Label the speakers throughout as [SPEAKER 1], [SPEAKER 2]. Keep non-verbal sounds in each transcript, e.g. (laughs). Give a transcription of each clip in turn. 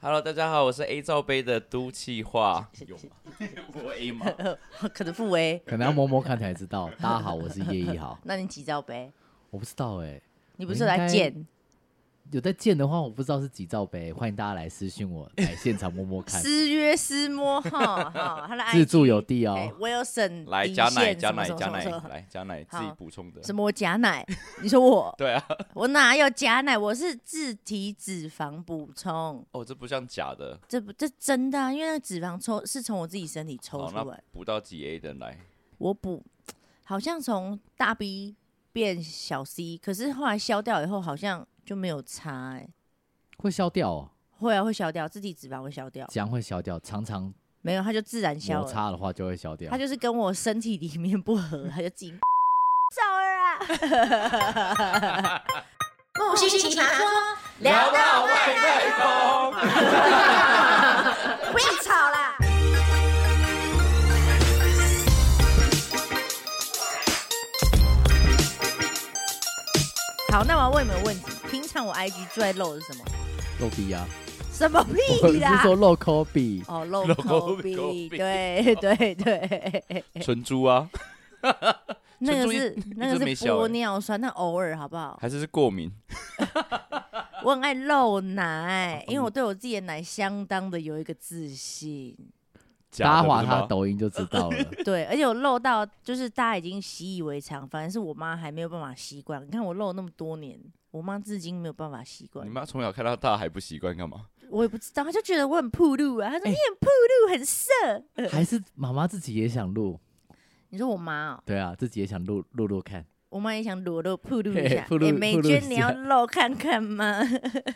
[SPEAKER 1] Hello，大家好，我是 A 罩杯的都气化。
[SPEAKER 2] 有吗？我 A
[SPEAKER 3] (laughs)
[SPEAKER 2] 吗？
[SPEAKER 3] 可能负 A，
[SPEAKER 4] 可能要摸摸看才知道。大家好，我是叶一豪。
[SPEAKER 3] 那你几罩杯？
[SPEAKER 4] 我不知道哎、
[SPEAKER 3] 你不是来见
[SPEAKER 4] 有在见的话，我不知道是几罩杯，欢迎大家来私讯我，来现场摸摸看。
[SPEAKER 3] 私约私摸哈？哈，他的
[SPEAKER 4] 自
[SPEAKER 3] IG
[SPEAKER 4] 助有地哦
[SPEAKER 3] 哎，，Wilson
[SPEAKER 1] 来
[SPEAKER 3] 底
[SPEAKER 1] 加奶，
[SPEAKER 3] 线
[SPEAKER 1] 加
[SPEAKER 3] 什么
[SPEAKER 1] 奶，
[SPEAKER 3] 什么
[SPEAKER 1] 加奶
[SPEAKER 3] 什么什，么
[SPEAKER 1] 来加奶，自
[SPEAKER 3] 好
[SPEAKER 1] 己补充的。
[SPEAKER 3] 什么假奶？你说我
[SPEAKER 1] 对啊， (laughs)
[SPEAKER 3] 我哪有假奶？我是自体脂肪补充，
[SPEAKER 1] 哦，这不像假的。
[SPEAKER 3] 这不这真的、啊，因为那个脂肪抽是从我自己身体抽
[SPEAKER 1] 好，
[SPEAKER 3] 出
[SPEAKER 1] 哦那
[SPEAKER 3] 来，
[SPEAKER 1] 补到几 A 的
[SPEAKER 3] (laughs)
[SPEAKER 1] 来？
[SPEAKER 3] 我补好像从大 B 变小 C，可是后来消掉以后好像就没有差哎、
[SPEAKER 4] 会消掉哦，
[SPEAKER 3] 会啊会消掉，自体脂肪会消掉，
[SPEAKER 4] 姜会消掉，常常
[SPEAKER 3] 没有它就自然消
[SPEAKER 4] 摩
[SPEAKER 3] 了。
[SPEAKER 4] 擦的话就会消掉
[SPEAKER 3] 他。就是跟我身体里面不合，他就自己 (laughs) 走了啊。木星奇葩说，聊到外 (laughs) 太空，不要吵啦。好，那我要问你们问题，平常我 IG 最爱露的是什么？
[SPEAKER 4] 露逼啊！
[SPEAKER 3] 什么
[SPEAKER 4] 我
[SPEAKER 3] 屁
[SPEAKER 4] 是
[SPEAKER 3] 啦！
[SPEAKER 4] 说露抠比，
[SPEAKER 3] 哦，露
[SPEAKER 1] 露
[SPEAKER 3] 口
[SPEAKER 1] 口
[SPEAKER 3] 鼻，
[SPEAKER 1] 鼻
[SPEAKER 3] 对对对，
[SPEAKER 1] 纯猪啊，
[SPEAKER 3] 那
[SPEAKER 1] 陈
[SPEAKER 3] 个
[SPEAKER 1] 忠义
[SPEAKER 3] 是
[SPEAKER 1] 一
[SPEAKER 3] 那
[SPEAKER 1] 直
[SPEAKER 3] 个
[SPEAKER 1] 没
[SPEAKER 3] 是
[SPEAKER 1] 笑
[SPEAKER 3] 玻
[SPEAKER 1] 欸
[SPEAKER 3] 尿酸，那偶尔好不好？
[SPEAKER 1] 还是是过敏？
[SPEAKER 3] 我很爱露奶，
[SPEAKER 1] 哦
[SPEAKER 3] 因为
[SPEAKER 1] 嗯
[SPEAKER 3] 我对我自己的奶相当的有一个自信。
[SPEAKER 1] 假
[SPEAKER 4] 大家
[SPEAKER 1] 的
[SPEAKER 4] 划
[SPEAKER 1] 不是
[SPEAKER 4] 他
[SPEAKER 1] 吗
[SPEAKER 4] 的？抖音就知道了。
[SPEAKER 3] 对，而且我露到就是大家已经习以为常，反正是我妈还没有办法习惯。你看我露那么多年，我妈至今没有办法习惯
[SPEAKER 1] 你。妈从小看到大还不习惯干
[SPEAKER 3] (laughs)
[SPEAKER 1] 嘛？
[SPEAKER 3] 我也不知道，她就觉得我很铺路啊，她说
[SPEAKER 4] 哎
[SPEAKER 3] 你很铺路，很色。
[SPEAKER 4] 还是妈妈自己也想录，
[SPEAKER 3] 你说我妈哦，
[SPEAKER 4] 对啊，自己也想录录录看。
[SPEAKER 3] 我妈也想裸露铺路一
[SPEAKER 4] 嘿
[SPEAKER 3] 下。
[SPEAKER 4] 暴露
[SPEAKER 3] 哎，美
[SPEAKER 4] 暴露一
[SPEAKER 3] 娟，你要
[SPEAKER 4] 下
[SPEAKER 3] 露看看吗？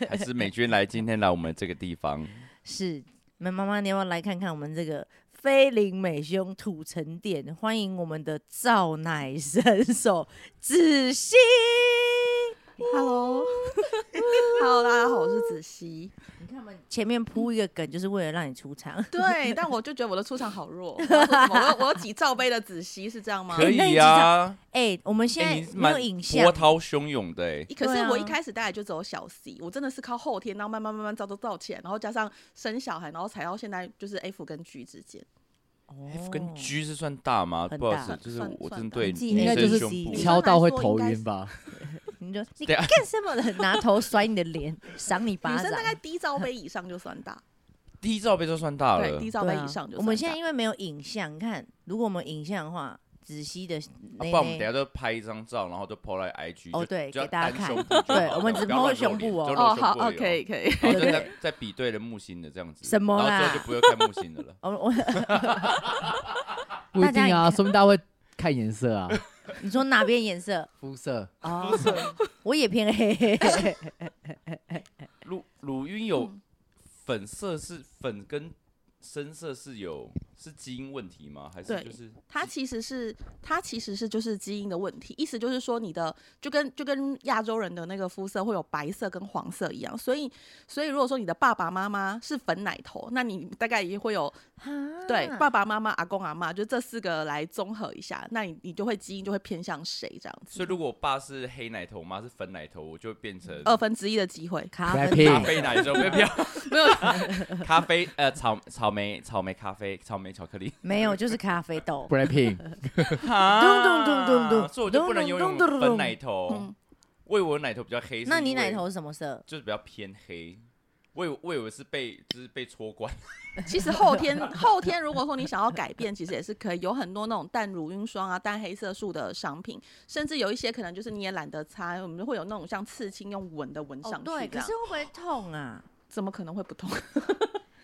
[SPEAKER 1] 还是美娟来今天来我们这个地方？
[SPEAKER 3] 是，那妈妈，你要不要来看看我们这个菲林美胸土城店？欢迎我们的造奶神手子熙。 (laughs)
[SPEAKER 5] Hello，Hello，大家好，我是子熙。
[SPEAKER 3] 你看我们前面铺一个梗，就是为了让你出场。
[SPEAKER 5] (laughs)
[SPEAKER 3] (laughs)
[SPEAKER 5] 对，但我就觉得我的出场好弱。我要说什么我有我有几罩杯的子熙是这样吗？
[SPEAKER 1] 可
[SPEAKER 3] 那你
[SPEAKER 1] 以
[SPEAKER 3] 至
[SPEAKER 1] 啊，
[SPEAKER 3] 哎、我们现
[SPEAKER 1] 哎
[SPEAKER 3] 在
[SPEAKER 1] 你
[SPEAKER 3] 没有
[SPEAKER 1] 蛮
[SPEAKER 3] 影像
[SPEAKER 1] 波，涛汹涌的哎。
[SPEAKER 5] 可
[SPEAKER 3] 对
[SPEAKER 5] 是
[SPEAKER 3] 啊
[SPEAKER 5] 我一开始大概就只有小 C，我真的是靠后天，然后慢慢慢慢造造造起来，然后加上生小孩，然后才到现在就是 F 跟 G 之间。
[SPEAKER 3] 哦
[SPEAKER 1] F 跟 G 是算大吗？
[SPEAKER 3] 很
[SPEAKER 1] 不好意思，
[SPEAKER 5] 大
[SPEAKER 1] 就是
[SPEAKER 5] 算
[SPEAKER 1] 我
[SPEAKER 5] 算
[SPEAKER 1] 针
[SPEAKER 5] 大
[SPEAKER 1] 对
[SPEAKER 3] 自己
[SPEAKER 1] 女
[SPEAKER 4] 应该就
[SPEAKER 1] 生
[SPEAKER 4] 是
[SPEAKER 1] 胸部
[SPEAKER 3] 你
[SPEAKER 4] 敲到会头晕吧？
[SPEAKER 3] 哦你就你
[SPEAKER 1] 对啊
[SPEAKER 3] 干什么的？拿头甩你的脸，
[SPEAKER 1] (laughs)
[SPEAKER 3] 赏你巴
[SPEAKER 5] 女
[SPEAKER 3] 掌。
[SPEAKER 5] 生大概低罩杯以上就算大，
[SPEAKER 1] 第一罩杯就算大
[SPEAKER 5] 对，
[SPEAKER 1] 了
[SPEAKER 5] 低。罩
[SPEAKER 3] 对
[SPEAKER 5] 杯
[SPEAKER 3] 啊
[SPEAKER 5] 以上就算大。
[SPEAKER 3] 我们现在因为没有影像，你看，如果我们影像的话，子熙的
[SPEAKER 1] 啊、不
[SPEAKER 3] 那、
[SPEAKER 1] 然我们等一下就拍一张照，然后就 po 来 IG，
[SPEAKER 3] 哦
[SPEAKER 1] 就
[SPEAKER 3] 对
[SPEAKER 1] 就要
[SPEAKER 3] 给大家
[SPEAKER 1] 单
[SPEAKER 3] 看
[SPEAKER 1] 胸部就好
[SPEAKER 3] 对
[SPEAKER 1] 了
[SPEAKER 3] 我们只
[SPEAKER 1] 不要
[SPEAKER 3] po
[SPEAKER 1] 乱
[SPEAKER 3] 胸
[SPEAKER 1] 露脸
[SPEAKER 3] 部哦
[SPEAKER 1] 就露
[SPEAKER 5] 哦，
[SPEAKER 1] 胸
[SPEAKER 5] 好
[SPEAKER 1] 部而已
[SPEAKER 5] 哦，可以，可以。
[SPEAKER 1] 然后就
[SPEAKER 3] 对
[SPEAKER 1] 再再比对了木星的这样子，
[SPEAKER 3] 什么
[SPEAKER 1] 然后之后
[SPEAKER 3] 啦。
[SPEAKER 1] 就不会看木星的了
[SPEAKER 3] 哦，我 (laughs)
[SPEAKER 4] 不一
[SPEAKER 3] 大家
[SPEAKER 4] 定啊，
[SPEAKER 3] 也
[SPEAKER 4] 说明大家会看颜色啊，
[SPEAKER 3] 你说哪边颜色？
[SPEAKER 4] 肤色。
[SPEAKER 1] (laughs)
[SPEAKER 3] 哦，我也偏黑。
[SPEAKER 1] 乳乳晕有
[SPEAKER 5] 嗯
[SPEAKER 1] 粉色是粉跟深色是有是基因问题吗？还是
[SPEAKER 5] 对
[SPEAKER 1] 就是
[SPEAKER 5] 它其实是它其实是就是基因的问题，意思就是说你的就跟就跟亚洲人的那个肤色会有白色跟黄色一样，所以所以如果说你的爸爸妈妈是粉奶头，那你大概也会有对
[SPEAKER 3] 啊
[SPEAKER 5] 爸爸妈妈、阿公阿妈，就这四个来综合一下，那你你就会基因就会偏向谁这样
[SPEAKER 1] 所
[SPEAKER 5] 子
[SPEAKER 1] 以，如果我爸是黑奶头，我妈是粉奶头，我就会变成
[SPEAKER 5] 二分之一的机会。
[SPEAKER 3] 咖
[SPEAKER 4] Blackpink
[SPEAKER 1] 咖
[SPEAKER 3] 啡
[SPEAKER 1] 啡奶头，不要不要 (laughs) 咖啡呃草草莓草莓咖啡草莓巧克力，
[SPEAKER 3] 没有，就是咖啡豆。
[SPEAKER 4] Blackpink，
[SPEAKER 1] 咚
[SPEAKER 3] 咚咚咚咚
[SPEAKER 1] 啊所以我就不能拥
[SPEAKER 3] 咚咚
[SPEAKER 1] 有
[SPEAKER 3] 咚
[SPEAKER 1] 粉
[SPEAKER 3] 咚
[SPEAKER 1] 奶头
[SPEAKER 5] 嗯。
[SPEAKER 1] 我以为我奶头比较黑，是
[SPEAKER 3] 那你
[SPEAKER 1] 因为
[SPEAKER 3] 奶头是什么色？
[SPEAKER 1] 就是比较偏黑。我以为我以为是被就是被戳光，
[SPEAKER 5] 其实后天后天如果说你想要改变，其实也是可以，有很多那种淡乳晕霜啊、淡黑色素的商品，甚至有一些可能就是你也懒得擦，我们会有那种像刺青用纹的纹上去这样。
[SPEAKER 3] 哦对，可是会不会痛啊？
[SPEAKER 5] 怎么可能会不痛？ (laughs)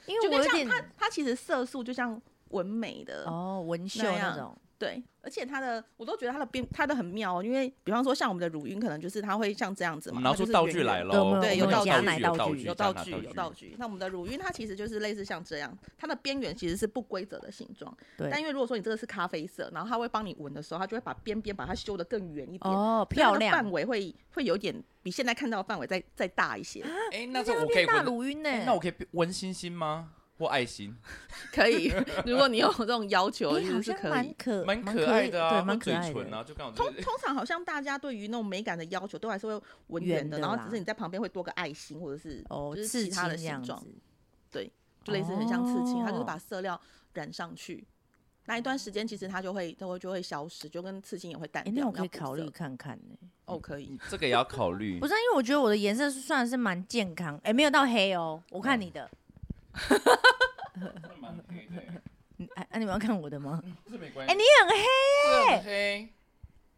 [SPEAKER 3] 因为
[SPEAKER 5] 就
[SPEAKER 3] 我
[SPEAKER 5] 跟
[SPEAKER 3] 有
[SPEAKER 5] 像
[SPEAKER 3] 点
[SPEAKER 5] 它它其实色素就像纹眉的，
[SPEAKER 3] 哦纹绣
[SPEAKER 5] 那
[SPEAKER 3] 那
[SPEAKER 5] 样
[SPEAKER 3] 种。
[SPEAKER 5] 对，而且它的我都觉得它的变它的很妙、哦，因为比方说像我们的乳晕，可能就是它会像这样子
[SPEAKER 1] 我
[SPEAKER 5] 嘛，
[SPEAKER 1] 们拿
[SPEAKER 5] 它
[SPEAKER 1] 出
[SPEAKER 5] 就是
[SPEAKER 1] 道
[SPEAKER 5] 圆
[SPEAKER 1] 具
[SPEAKER 5] 圆
[SPEAKER 1] 来
[SPEAKER 5] 的
[SPEAKER 1] 了，
[SPEAKER 3] 对我
[SPEAKER 1] 我
[SPEAKER 3] 们
[SPEAKER 1] 们
[SPEAKER 5] 有
[SPEAKER 1] 有
[SPEAKER 5] 道具
[SPEAKER 1] 具，
[SPEAKER 3] 有
[SPEAKER 1] 道
[SPEAKER 3] 道
[SPEAKER 1] 具，
[SPEAKER 3] 具
[SPEAKER 5] 有道具，有道。具。那我们的乳晕它其实就是类似像这样，它的边缘其实是不规则的形状。
[SPEAKER 3] 对
[SPEAKER 5] 但因为如果说你这个是咖啡色，然后它会帮你闻的时候，它就会把边边把它修得更圆一点，
[SPEAKER 3] 哦，
[SPEAKER 5] 所以它
[SPEAKER 3] 漂
[SPEAKER 5] 的
[SPEAKER 3] 亮
[SPEAKER 5] 范。围会会有点比现在看到的范围再再大一些。
[SPEAKER 1] 哎，那
[SPEAKER 3] 那
[SPEAKER 1] 这
[SPEAKER 3] 这
[SPEAKER 1] 样
[SPEAKER 3] 样
[SPEAKER 1] 我
[SPEAKER 3] 会
[SPEAKER 1] 可以
[SPEAKER 3] 变大欸
[SPEAKER 1] 闻
[SPEAKER 3] 乳晕呢
[SPEAKER 1] 哎，？那我可以闻星星吗？或爱心，
[SPEAKER 5] 可
[SPEAKER 3] (laughs)
[SPEAKER 5] 以，如果你有这种要求，
[SPEAKER 3] 哎，
[SPEAKER 5] 其
[SPEAKER 3] 好
[SPEAKER 5] 实是
[SPEAKER 3] 像
[SPEAKER 5] 可以
[SPEAKER 3] 蛮。可
[SPEAKER 1] 蛮可
[SPEAKER 3] 可
[SPEAKER 1] 爱的
[SPEAKER 3] 对，
[SPEAKER 1] 啊，或
[SPEAKER 3] 蛮可
[SPEAKER 1] 嘴
[SPEAKER 3] 爱
[SPEAKER 1] 唇
[SPEAKER 3] 的。
[SPEAKER 1] 啊，就刚好
[SPEAKER 5] 通
[SPEAKER 1] 就是
[SPEAKER 5] 通常好像大家对于那种美感的要求，都还是会文
[SPEAKER 3] 圆
[SPEAKER 5] 圆的，
[SPEAKER 3] 的
[SPEAKER 5] 然后
[SPEAKER 3] 啦
[SPEAKER 5] 只是你在旁边会多个爱心，或者是
[SPEAKER 3] 哦
[SPEAKER 5] 就，是
[SPEAKER 3] 刺
[SPEAKER 5] 其他
[SPEAKER 3] 青这
[SPEAKER 5] 的形
[SPEAKER 3] 样
[SPEAKER 5] 状
[SPEAKER 3] 子。
[SPEAKER 5] 就类似很像刺青，它就是
[SPEAKER 3] 哦
[SPEAKER 5] 把色料染上去。那一段时间，其实它就会，它会就会消失，就跟刺青也会淡
[SPEAKER 3] 哎，
[SPEAKER 5] 掉。
[SPEAKER 3] 那我可以
[SPEAKER 5] 要补色
[SPEAKER 3] 考虑看看呢。
[SPEAKER 5] 哦，可以。
[SPEAKER 1] (laughs) 这个也要考虑
[SPEAKER 3] 不。是啊，因为我觉得我的颜色算是蛮健康，哎，没有到黑哦。我看你的，
[SPEAKER 2] 蛮黑的欸，
[SPEAKER 3] 嗯哎，啊你们要看我的吗？
[SPEAKER 1] 嗯
[SPEAKER 2] 这是没关
[SPEAKER 3] 哎，
[SPEAKER 2] 系。
[SPEAKER 3] 你很黑，
[SPEAKER 2] 哎，黑，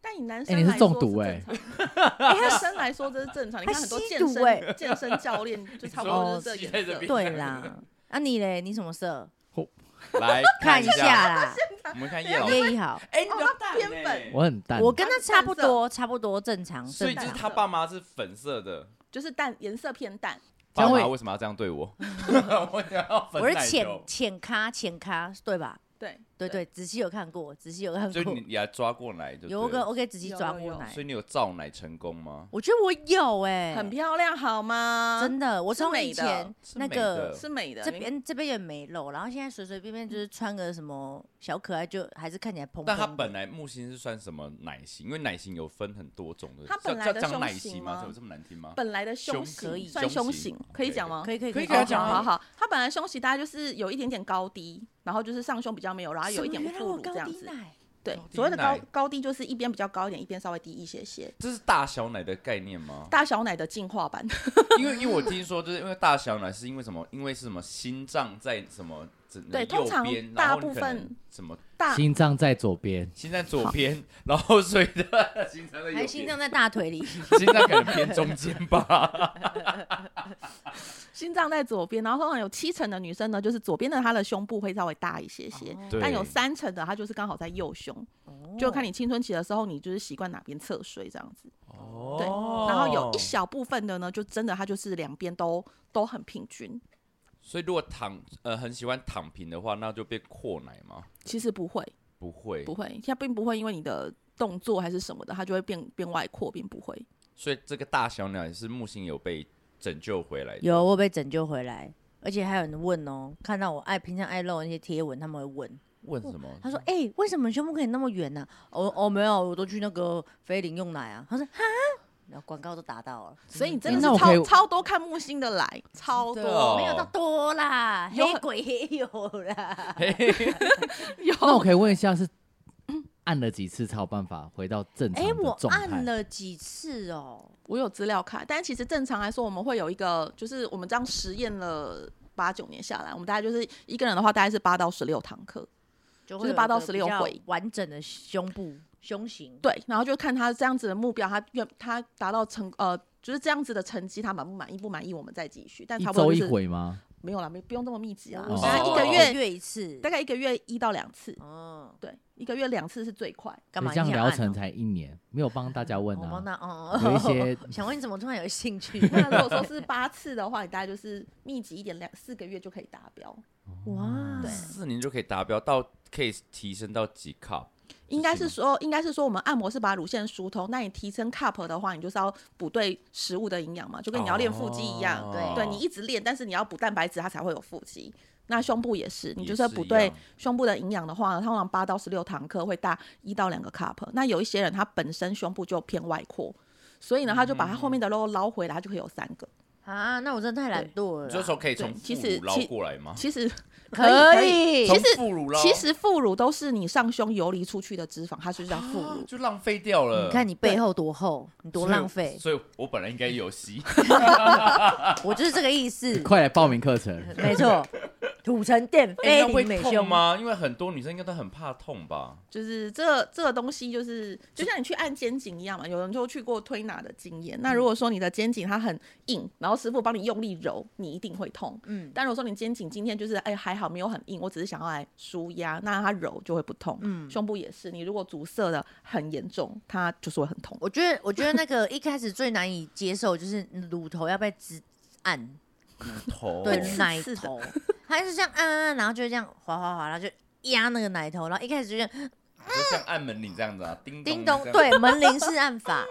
[SPEAKER 5] 但以男
[SPEAKER 4] 哎
[SPEAKER 5] 生
[SPEAKER 4] 你是
[SPEAKER 5] 来说
[SPEAKER 4] 中毒
[SPEAKER 5] 是
[SPEAKER 4] 哎
[SPEAKER 5] 正常的，男生来说这是
[SPEAKER 3] (laughs)
[SPEAKER 5] 正常。你
[SPEAKER 3] 他
[SPEAKER 5] 看很多
[SPEAKER 3] 吸
[SPEAKER 5] 健
[SPEAKER 3] 毒
[SPEAKER 5] 身、
[SPEAKER 3] 哎
[SPEAKER 5] (laughs) 健身教练就差不
[SPEAKER 3] 哦
[SPEAKER 5] 多就是
[SPEAKER 2] 吸
[SPEAKER 5] 这
[SPEAKER 2] 在
[SPEAKER 5] 个
[SPEAKER 2] 这
[SPEAKER 5] 颜色
[SPEAKER 2] 边。
[SPEAKER 3] 对啦。啊你嘞，你什么色？
[SPEAKER 1] 来
[SPEAKER 3] (laughs) 看
[SPEAKER 1] 一
[SPEAKER 3] 一下，啦，
[SPEAKER 1] 我们看叶老师。
[SPEAKER 3] 叶一好，
[SPEAKER 2] 哎，你不要淡
[SPEAKER 5] 偏
[SPEAKER 2] 欸
[SPEAKER 5] 粉
[SPEAKER 4] 我很淡。
[SPEAKER 3] 我跟他差不
[SPEAKER 5] 淡色
[SPEAKER 3] 多，差不多正
[SPEAKER 5] 嗯
[SPEAKER 3] 常，
[SPEAKER 1] 所以
[SPEAKER 3] 正
[SPEAKER 1] 就是他
[SPEAKER 3] 常。
[SPEAKER 1] 爸妈是粉色的，
[SPEAKER 5] 就是淡颜色偏淡。
[SPEAKER 4] 这样
[SPEAKER 1] 爸
[SPEAKER 4] 会
[SPEAKER 1] 妈为什么要这样对我？我想要粉
[SPEAKER 3] 我是
[SPEAKER 1] 奶
[SPEAKER 3] 浅
[SPEAKER 1] 油。
[SPEAKER 3] 浅咖，浅咖对吧？
[SPEAKER 5] 对
[SPEAKER 3] 对对，子熙有看过，子熙有看
[SPEAKER 1] 所以
[SPEAKER 3] 过
[SPEAKER 1] 你，你还抓过来就
[SPEAKER 3] 有我
[SPEAKER 1] 对
[SPEAKER 3] 跟
[SPEAKER 1] 了
[SPEAKER 3] 我给子熙
[SPEAKER 5] 有
[SPEAKER 3] 抓
[SPEAKER 5] 有
[SPEAKER 3] 过
[SPEAKER 5] 有
[SPEAKER 3] 奶
[SPEAKER 1] 所，以你有造奶成功吗？
[SPEAKER 3] 我觉得我有哎，
[SPEAKER 5] 很漂亮，好吗？
[SPEAKER 3] 真的，我
[SPEAKER 5] 是
[SPEAKER 3] 从以
[SPEAKER 5] 美的
[SPEAKER 3] 前
[SPEAKER 1] 是
[SPEAKER 3] 那
[SPEAKER 1] 美
[SPEAKER 3] 个
[SPEAKER 1] 的
[SPEAKER 5] 是美的。
[SPEAKER 3] 这
[SPEAKER 5] 你
[SPEAKER 3] 边这边也没露，然后现在随随便便就是穿个什么小可爱，就还是看起来蓬蓬的。
[SPEAKER 1] 但他本来木星是算什么奶型？因为奶型有分很多种的。
[SPEAKER 5] 它
[SPEAKER 1] 叫
[SPEAKER 5] 本来
[SPEAKER 1] 叫
[SPEAKER 5] 的
[SPEAKER 1] 讲
[SPEAKER 5] 胸
[SPEAKER 1] 奶
[SPEAKER 5] 型
[SPEAKER 1] 型吗？
[SPEAKER 5] 吗
[SPEAKER 1] 有这么难听吗？
[SPEAKER 5] 本来的
[SPEAKER 1] 胸
[SPEAKER 5] 胸
[SPEAKER 1] 型
[SPEAKER 3] 可以
[SPEAKER 5] 型算
[SPEAKER 1] 胸
[SPEAKER 5] 胸
[SPEAKER 1] 型
[SPEAKER 5] 型，可以
[SPEAKER 1] 对
[SPEAKER 5] 讲吗？
[SPEAKER 3] 可以可以
[SPEAKER 1] 可以
[SPEAKER 3] 以
[SPEAKER 1] 给他讲
[SPEAKER 5] 好
[SPEAKER 1] 啊
[SPEAKER 5] 好好，它本来胸型大概就是有一点点高低，然后就是上胸比较没有，然后有一
[SPEAKER 3] 哦
[SPEAKER 5] 点副乳这样子。对
[SPEAKER 1] 高，哦低
[SPEAKER 5] 所谓的
[SPEAKER 1] 奶
[SPEAKER 5] 高高低就是一边比较高一点，一边稍微低一些些。
[SPEAKER 1] 这是大小奶的概念吗？ (laughs)
[SPEAKER 5] 大小奶的进化版， (laughs)
[SPEAKER 1] 因为因为我听说，就是因为大小奶是因为什么？因为是什么心脏在什么整个
[SPEAKER 5] 对
[SPEAKER 1] 右
[SPEAKER 5] 通常
[SPEAKER 1] 边，
[SPEAKER 5] 大
[SPEAKER 1] 然后你
[SPEAKER 5] 部
[SPEAKER 1] 可
[SPEAKER 5] 分
[SPEAKER 1] 能什么
[SPEAKER 5] 大
[SPEAKER 4] 心脏在左边，
[SPEAKER 1] 心在左边， (laughs) 然后所以的心脏在右
[SPEAKER 3] 还
[SPEAKER 1] 边，
[SPEAKER 3] 心脏在大腿里，
[SPEAKER 1] 心脏可能偏中间吧。
[SPEAKER 5] 心脏在左边，然后通常有七成的女生呢，就是左边的她的胸部会稍微大一些些，
[SPEAKER 3] 哦
[SPEAKER 5] 但有
[SPEAKER 1] (laughs) 对
[SPEAKER 5] 三成的她就是刚好在右胸，
[SPEAKER 4] 哦
[SPEAKER 5] 就看你青春期的时候，你就是习惯哪边侧睡这样子。
[SPEAKER 1] 哦
[SPEAKER 5] (laughs) 对然后有一，小部分的呢，就真的它就是两边都都很平均。
[SPEAKER 1] 所以如果躺呃很喜欢躺平的话，那就被扩奶吗？
[SPEAKER 5] 其实不会，
[SPEAKER 1] 不会，
[SPEAKER 5] 不会，它并不会因为你的动作还是什么的，它就会变变外扩，并不会。
[SPEAKER 1] 所以这个大小鸟也是木星有被拯救回来的。
[SPEAKER 3] 有我被拯救回来，而且还有人问哦，看到我爱平常爱露的那些贴文，他们会问，
[SPEAKER 1] 问什么？
[SPEAKER 3] 他说：“哎、为什么胸部可以那么圆呢、哦哦，没有，我都去那个菲林用奶啊。”他说：“哈，然后广告都打到了，
[SPEAKER 5] 所以你真
[SPEAKER 4] 嗯诶
[SPEAKER 5] 的
[SPEAKER 4] 那我
[SPEAKER 5] 是
[SPEAKER 4] 可以
[SPEAKER 5] 超超多看木星的来，超
[SPEAKER 1] 真的哦
[SPEAKER 5] 多
[SPEAKER 3] 没有到多啦，
[SPEAKER 5] 有
[SPEAKER 3] 黑鬼也有啦。
[SPEAKER 5] (laughs) 有。
[SPEAKER 4] 那我可以问一下是按了几次才有办法回到正常
[SPEAKER 3] 哎、我
[SPEAKER 4] 的状态？
[SPEAKER 3] 按了几次哦，
[SPEAKER 5] 我有资料看，但其实正常来说，我们会有一个，就是我们这样实验了八九年下来，我们大概就是一个人的话，大概是八到十六堂课，
[SPEAKER 3] 就
[SPEAKER 5] 就是
[SPEAKER 3] 有
[SPEAKER 5] 8
[SPEAKER 3] 一
[SPEAKER 5] 到
[SPEAKER 3] 个
[SPEAKER 5] 16
[SPEAKER 3] 比较
[SPEAKER 5] 回
[SPEAKER 3] 完整的胸部胸型。
[SPEAKER 5] 对，然后就看他这样子的目标，他愿他达到成呃，就是这样子的成绩，他满不满意？不满意，我们再继续。但
[SPEAKER 4] 一
[SPEAKER 5] 差不
[SPEAKER 4] 周
[SPEAKER 5] 多就
[SPEAKER 4] 一
[SPEAKER 5] 是
[SPEAKER 4] 回吗？
[SPEAKER 5] 没有啦，没不用这么密集啊，
[SPEAKER 4] 哦
[SPEAKER 5] 大概
[SPEAKER 1] 哦
[SPEAKER 5] 一
[SPEAKER 1] 哦
[SPEAKER 5] 个
[SPEAKER 1] 哦
[SPEAKER 5] 月，
[SPEAKER 3] 月一次
[SPEAKER 5] 大，概一个月一到两次，
[SPEAKER 3] 哦，
[SPEAKER 5] 对，一个月两次是最
[SPEAKER 4] (laughs)
[SPEAKER 5] 快。
[SPEAKER 3] 干
[SPEAKER 4] 所
[SPEAKER 3] 嘛
[SPEAKER 4] 以这样
[SPEAKER 3] 你想
[SPEAKER 4] 疗
[SPEAKER 3] 按
[SPEAKER 4] 程
[SPEAKER 3] 哦
[SPEAKER 4] 才一年，没有帮大家问
[SPEAKER 3] 我帮
[SPEAKER 4] 啊。
[SPEAKER 3] 他哦，
[SPEAKER 4] 有一些。
[SPEAKER 3] 想问你怎么突然有兴趣？
[SPEAKER 5] 那如果说是八次的话，你大概就是密集一点，两四个月就可以达标，
[SPEAKER 3] 哇，
[SPEAKER 5] 对
[SPEAKER 1] 四年就可以达标到可以提升到几 cup？
[SPEAKER 5] 应该是说，应该是说我们按摩是把乳腺疏通，那你提升 cup 的话，你就是要补对食物的营养嘛，就跟你要练腹肌一样，
[SPEAKER 1] 哦
[SPEAKER 3] 对
[SPEAKER 5] 对你一直练，但是你要补蛋白质，它才会有腹肌。那胸部也是，你就是要
[SPEAKER 1] 也是
[SPEAKER 5] 补
[SPEAKER 1] 一
[SPEAKER 5] 对
[SPEAKER 1] 样
[SPEAKER 5] 胸部的营养的话，通常八到十六堂课会大一到两个 cup。那有一些人他本身胸部就偏外扩，所以呢，他就把他
[SPEAKER 1] 嗯
[SPEAKER 5] 后面的肉捞回来，他就可以有三个。
[SPEAKER 3] 啊，那我真的太懒惰了
[SPEAKER 1] 你就
[SPEAKER 3] 啦。
[SPEAKER 1] 说可以从
[SPEAKER 5] 对
[SPEAKER 1] 副
[SPEAKER 5] 其实
[SPEAKER 1] 乳捞
[SPEAKER 5] 其
[SPEAKER 1] 过来吗？
[SPEAKER 5] 其实
[SPEAKER 3] 可
[SPEAKER 5] 可
[SPEAKER 3] 以
[SPEAKER 5] 其
[SPEAKER 1] 从
[SPEAKER 5] 实
[SPEAKER 1] 副乳捞，
[SPEAKER 5] 其实副乳都是你上胸游离出去的脂肪，它是叫副乳。
[SPEAKER 1] 就浪费掉了。
[SPEAKER 3] 你看你背后多厚，你多
[SPEAKER 1] 所以
[SPEAKER 3] 浪费，
[SPEAKER 1] 所以我本来应该有
[SPEAKER 5] (laughs)
[SPEAKER 1] 吸，
[SPEAKER 3] 我就是这个意思
[SPEAKER 4] 快来报名课
[SPEAKER 5] (laughs)
[SPEAKER 4] 程，
[SPEAKER 3] 没错，土城店
[SPEAKER 1] 哎
[SPEAKER 3] 非
[SPEAKER 1] 那会
[SPEAKER 3] 林美
[SPEAKER 1] 痛
[SPEAKER 3] 胸？
[SPEAKER 1] 吗？
[SPEAKER 5] 哎
[SPEAKER 1] 因为很多女生应该都很怕痛吧？
[SPEAKER 5] 就是这这个东西，就是就像你去按肩颈一样嘛，有人就去过推拿的经验。那如果说你的肩颈它很硬，然后师傅帮你用力揉，你一定会痛。
[SPEAKER 3] 嗯
[SPEAKER 5] 但如果说你肩颈今天就是哎还好没有很硬，我只是想要来舒压，那它揉就会不痛。
[SPEAKER 3] 嗯，
[SPEAKER 5] 胸部也是，你如果阻塞的很严重，它就是会很痛。
[SPEAKER 3] 我觉得我觉得那个一开始最难以接受就是乳头要被直按，
[SPEAKER 5] 嗯
[SPEAKER 1] 头
[SPEAKER 3] 对
[SPEAKER 5] 刺
[SPEAKER 3] 奶
[SPEAKER 5] 刺的
[SPEAKER 3] 头，它就是这样按按按，然后就这样滑滑滑，然后就压那个奶头，然后一开始就这样
[SPEAKER 1] 就像按门铃这样子啊，叮
[SPEAKER 3] 叮
[SPEAKER 1] 咚
[SPEAKER 3] 咚，
[SPEAKER 1] 这样，
[SPEAKER 3] 对，门铃式按法，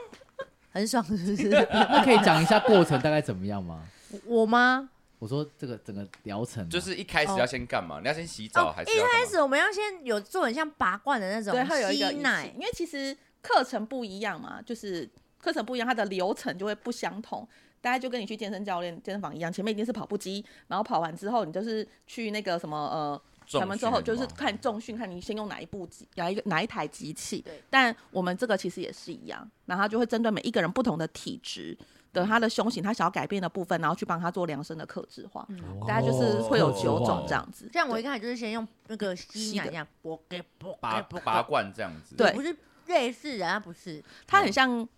[SPEAKER 3] 很爽，是不是？
[SPEAKER 4] 那可以讲一下过程大概怎么样吗？
[SPEAKER 3] 我吗？
[SPEAKER 4] 我说这个整个疗程啊、
[SPEAKER 1] 就是一开始要先干嘛？你要先洗澡还是
[SPEAKER 3] 哦一
[SPEAKER 1] 要干嘛？
[SPEAKER 3] 开始我们要先有做很像拔罐的那种
[SPEAKER 5] 对，会有一个
[SPEAKER 3] 吸
[SPEAKER 5] 仪式
[SPEAKER 3] 奶，
[SPEAKER 5] 因为其实课程不一样嘛，就是课程不一样，它的流程就会不相同。大概就跟你去健身教练健身房一样，前面一定是跑步机，然后跑完之后你就是去那个什么呃。
[SPEAKER 1] 重
[SPEAKER 5] 咱们之后
[SPEAKER 1] 训
[SPEAKER 5] 就是
[SPEAKER 1] 吗
[SPEAKER 5] 看重训，看你先用哪一部机，哪一个哪一台机器。但我们这个其实也是一样，然后他就会针对每一个人不同的体质的
[SPEAKER 1] 嗯
[SPEAKER 5] 他的胸型，他想要改变的部分，然后去帮他做量身的克制化。大概
[SPEAKER 1] 哦
[SPEAKER 4] 哦
[SPEAKER 5] 就是会有九种这样子。
[SPEAKER 3] 嗯像我一开始就是先用那个吸
[SPEAKER 5] 吸
[SPEAKER 3] 奶
[SPEAKER 5] 的
[SPEAKER 3] 这样拨给拨
[SPEAKER 1] 拔
[SPEAKER 3] 给拨
[SPEAKER 1] 拔罐这样子。
[SPEAKER 5] 对
[SPEAKER 3] 不是类似人家不是
[SPEAKER 5] 它很像，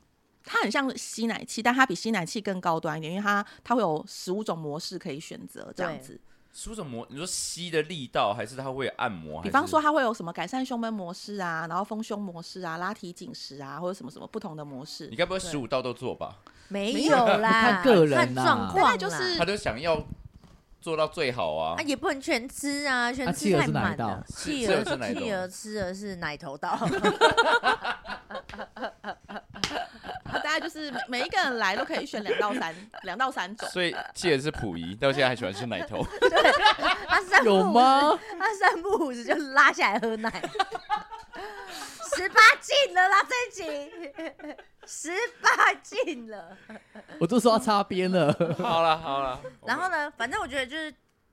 [SPEAKER 5] 它很像吸奶器，但它比吸奶器更高端一点，因为它它会有十五种模式可以选择这样
[SPEAKER 3] 对
[SPEAKER 5] 子。
[SPEAKER 1] 梳什么？你说吸的力道，还是它会有按摩？
[SPEAKER 5] 比
[SPEAKER 1] 还
[SPEAKER 5] 方
[SPEAKER 1] 是
[SPEAKER 5] 说，它会有什么改善胸闷模式啊，然后丰胸模式啊，拉提紧实啊，或者什么什么不同的模式
[SPEAKER 1] 你。该不会十五道都做吧？
[SPEAKER 3] 没有啦，
[SPEAKER 4] 看个人
[SPEAKER 3] 看
[SPEAKER 4] 啦
[SPEAKER 3] 状
[SPEAKER 5] 大
[SPEAKER 3] 况
[SPEAKER 5] 概
[SPEAKER 3] 啦，
[SPEAKER 5] 就是
[SPEAKER 1] 他都想要做到最好啊
[SPEAKER 3] 啊，。也不能全吃啊，全
[SPEAKER 4] 啊
[SPEAKER 3] 吃
[SPEAKER 4] 企鹅
[SPEAKER 3] 太
[SPEAKER 4] 是哪一
[SPEAKER 3] 满
[SPEAKER 4] 道
[SPEAKER 3] 了。
[SPEAKER 1] 是
[SPEAKER 3] 企
[SPEAKER 1] 企
[SPEAKER 3] 鹅
[SPEAKER 1] 鹅是哪一道
[SPEAKER 3] 企鹅吃的是奶头道，
[SPEAKER 5] (laughs) 它大概就是每每一个人来都可以选两到三两到三种。
[SPEAKER 1] 所以记得是溥仪，到现在还喜欢吃奶头。
[SPEAKER 3] 他三不
[SPEAKER 4] 有
[SPEAKER 3] 五
[SPEAKER 4] 吗？
[SPEAKER 3] 时？他三不五时就拉下来喝奶。十八禁了啦，这一集十八禁了。
[SPEAKER 4] 我都说要擦边了，
[SPEAKER 1] 好了好了，
[SPEAKER 3] 然后呢，反正我觉得就是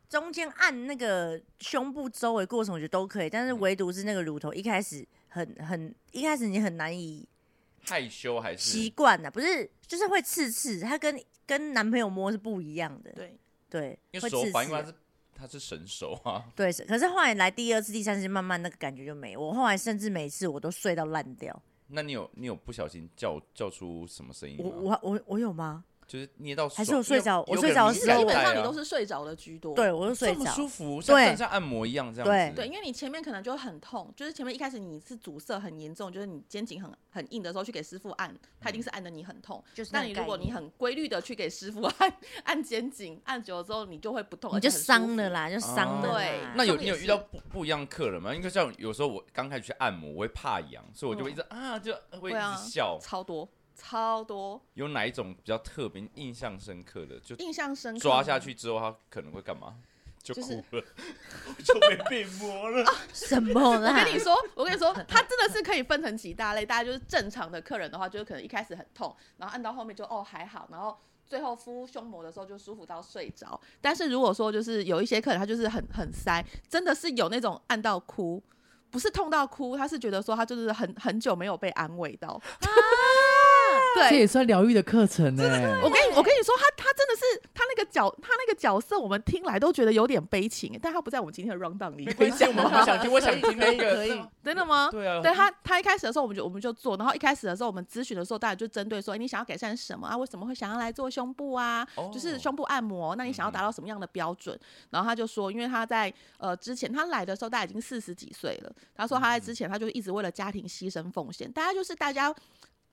[SPEAKER 3] 中间按那个胸部周围过程，我觉得都可以，但是唯独是那个乳头一开始很很一开始你很难以
[SPEAKER 1] 害羞还
[SPEAKER 3] 习
[SPEAKER 1] 是
[SPEAKER 3] 惯啊的，不是就是会刺刺，它跟跟男朋友摸是不一样的，
[SPEAKER 5] 对，
[SPEAKER 3] 对，
[SPEAKER 1] 因为
[SPEAKER 3] 会
[SPEAKER 1] 手
[SPEAKER 3] 刺
[SPEAKER 1] 法，因为
[SPEAKER 3] 刺
[SPEAKER 1] 他。是他是神手啊。
[SPEAKER 3] 对，是可是后来来第二次、第三次，慢慢那个感觉就没。我后来甚至每次我都睡到烂掉。
[SPEAKER 1] 那你有你有不小心叫叫出什么声音
[SPEAKER 3] 我
[SPEAKER 1] 吗？
[SPEAKER 3] 我我我有吗？
[SPEAKER 1] 就是捏到手，
[SPEAKER 3] 还是我睡着
[SPEAKER 1] 因为
[SPEAKER 3] 我睡着的
[SPEAKER 5] 其
[SPEAKER 1] 有
[SPEAKER 5] 实
[SPEAKER 1] 可能
[SPEAKER 3] 时候
[SPEAKER 5] 基
[SPEAKER 1] 敏感
[SPEAKER 5] 本
[SPEAKER 1] 带啊
[SPEAKER 5] 上你都是睡着的居多。
[SPEAKER 3] 对，我就睡
[SPEAKER 1] 这么
[SPEAKER 3] 着
[SPEAKER 1] 舒。服，像
[SPEAKER 3] 对
[SPEAKER 1] 像像按摩一样这样子。
[SPEAKER 5] 对，因为你前面可能就很痛，就是前面一开始你是阻塞很严重，就是你肩颈很很硬的时候去给师傅按，他一
[SPEAKER 1] 嗯
[SPEAKER 5] 定是按的你很痛。
[SPEAKER 3] 就是那
[SPEAKER 5] 那
[SPEAKER 3] 种
[SPEAKER 5] 你如果
[SPEAKER 3] 概
[SPEAKER 5] 你
[SPEAKER 3] 念
[SPEAKER 5] 很规律的去给师傅 (laughs) 按按肩颈，按久了之后你就会不痛，
[SPEAKER 3] 你
[SPEAKER 5] 而
[SPEAKER 3] 就
[SPEAKER 5] 且很舒服
[SPEAKER 3] 伤了。啦，就伤了
[SPEAKER 5] 对
[SPEAKER 3] 啦。
[SPEAKER 1] 那有
[SPEAKER 5] 重点
[SPEAKER 1] 你有
[SPEAKER 5] 是
[SPEAKER 1] 遇到不不一样的客人吗？因为像有时候我刚开始去按摩，我会怕痒，所以我就会一直、啊，就会一
[SPEAKER 5] 会嗯啊
[SPEAKER 1] 直笑。
[SPEAKER 5] 超多超多，
[SPEAKER 1] 有哪一种比较特别、印象深刻的？就
[SPEAKER 5] 印象深刻。
[SPEAKER 1] 抓下，去之后，他可能会干嘛？就
[SPEAKER 5] 就
[SPEAKER 1] 哭
[SPEAKER 5] 是
[SPEAKER 1] 了， (laughs) 我就被被摸
[SPEAKER 5] (laughs)
[SPEAKER 1] 了。
[SPEAKER 3] 什么
[SPEAKER 5] 我
[SPEAKER 3] 啦？ (laughs)
[SPEAKER 5] 跟你说，我跟你说，它真的是可以分成几大类。大家就是正常的客人的话，就是可能一开始很痛，然后按到后面就哦还好，然后。最后敷胸膜的时候就舒服到睡着，但是如果说就是有一些客人他就是很很塞，真的是有那种按到哭，不是痛到哭，他是觉得说他就是很很久没有被安慰到，
[SPEAKER 3] 啊
[SPEAKER 5] (laughs) 对，
[SPEAKER 4] 这也算疗愈的课程呢。
[SPEAKER 5] 我跟你，我跟你说，他他真的是他那个角，他那个角色，我们听来都觉得有点悲情，但他不在我们今天的 round down 里。
[SPEAKER 1] 没关系，我们好想听，我想听那个。
[SPEAKER 3] 可以可以
[SPEAKER 1] 是吗
[SPEAKER 5] 真的吗？
[SPEAKER 1] 对啊，
[SPEAKER 5] 对他，他一开始的时候我们就我们就做，然后一开始的时候我们咨询的时候，大家就针对说，哎，你想要改善什么啊？为什么会想要来做胸部啊？
[SPEAKER 1] 哦嗯
[SPEAKER 5] 就是胸部按摩，那你想要达到什么样的标准？然后他就说，因为他在呃之前他来的时候，大概已经四十几岁了。他说他
[SPEAKER 1] 嗯
[SPEAKER 5] 在之前他就一直为了家庭牺牲奉献，大家就是大家。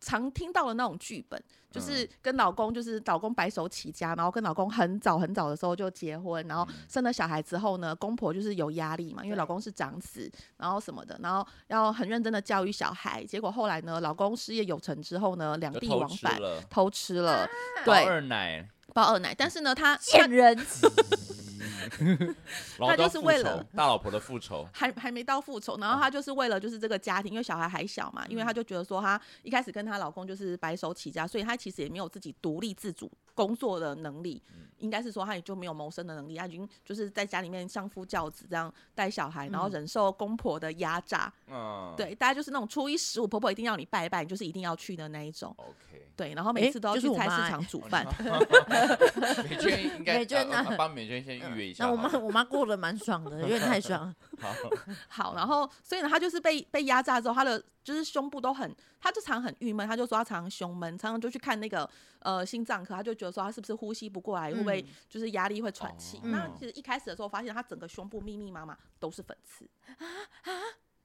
[SPEAKER 5] 常听到的那种剧本，
[SPEAKER 1] 嗯
[SPEAKER 5] 就是跟老公，就是老公白手起家，然后跟老公很早很早的时候就结
[SPEAKER 1] 嗯
[SPEAKER 5] 婚，然后生了小孩之后呢，公婆就是有压力嘛，因为
[SPEAKER 3] 对
[SPEAKER 5] 老公是长子，然后什么的，然后要很认真的教育小孩。结果后来呢，老公事业有成之后呢，两
[SPEAKER 1] 就
[SPEAKER 5] 地
[SPEAKER 1] 偷
[SPEAKER 5] 往
[SPEAKER 1] 吃
[SPEAKER 5] 返，
[SPEAKER 1] 了，啊
[SPEAKER 5] 偷吃了，
[SPEAKER 1] 包
[SPEAKER 5] 对，
[SPEAKER 1] 二奶，
[SPEAKER 5] 包二奶。但是呢，他
[SPEAKER 3] 贱人，
[SPEAKER 1] 然后
[SPEAKER 5] 他
[SPEAKER 1] 都要
[SPEAKER 5] 就是
[SPEAKER 1] 复
[SPEAKER 5] 为
[SPEAKER 1] 仇
[SPEAKER 5] 了
[SPEAKER 1] 大老婆的复仇，
[SPEAKER 5] 还还没到复仇，然
[SPEAKER 3] 哦
[SPEAKER 5] 后她就是为了就是这个家庭，因为小孩还小嘛，因为
[SPEAKER 3] 嗯
[SPEAKER 5] 她就觉得说她一开始跟她老公就是白手起家，所以她其实也没有自己独立自主工作的能力，
[SPEAKER 3] 嗯
[SPEAKER 5] 应该是说她也就没有谋生的能力，她已经就是在家里面相夫教子这样带小孩，然后
[SPEAKER 3] 嗯
[SPEAKER 5] 忍受公婆的压榨，
[SPEAKER 1] 嗯，
[SPEAKER 3] 哦
[SPEAKER 5] 对，大家就是那种初一十五婆婆一定要你拜拜，你就是一定要去的那一种，
[SPEAKER 1] ，OK。
[SPEAKER 5] 对，然后
[SPEAKER 3] 诶
[SPEAKER 5] 每次都要
[SPEAKER 3] 就是
[SPEAKER 5] 去
[SPEAKER 3] 我
[SPEAKER 5] 菜市
[SPEAKER 3] 妈欸
[SPEAKER 5] 场煮饭，
[SPEAKER 1] 美娟应该
[SPEAKER 3] 美娟
[SPEAKER 1] 呃
[SPEAKER 3] 啊
[SPEAKER 1] 呃帮美娟先
[SPEAKER 5] 嗯
[SPEAKER 1] 预约一下
[SPEAKER 3] 那
[SPEAKER 1] 好
[SPEAKER 3] 我
[SPEAKER 1] 了。
[SPEAKER 3] 妈我妈过得蛮爽的，有点太
[SPEAKER 5] (laughs)
[SPEAKER 3] 爽。
[SPEAKER 1] 好，
[SPEAKER 5] 好，然后所以呢，她就是被被压榨之后，她的就是胸部都很，她就常很郁闷，她就说她常常胸闷，常常就去看那个呃心脏科，她就觉得说她是不是呼吸不过来，会不会
[SPEAKER 3] 嗯
[SPEAKER 5] 就是压力会喘气？
[SPEAKER 1] 哦
[SPEAKER 5] 那
[SPEAKER 1] 嗯
[SPEAKER 5] 其实一开始的时候发现她整个胸部密密麻麻都是粉刺啊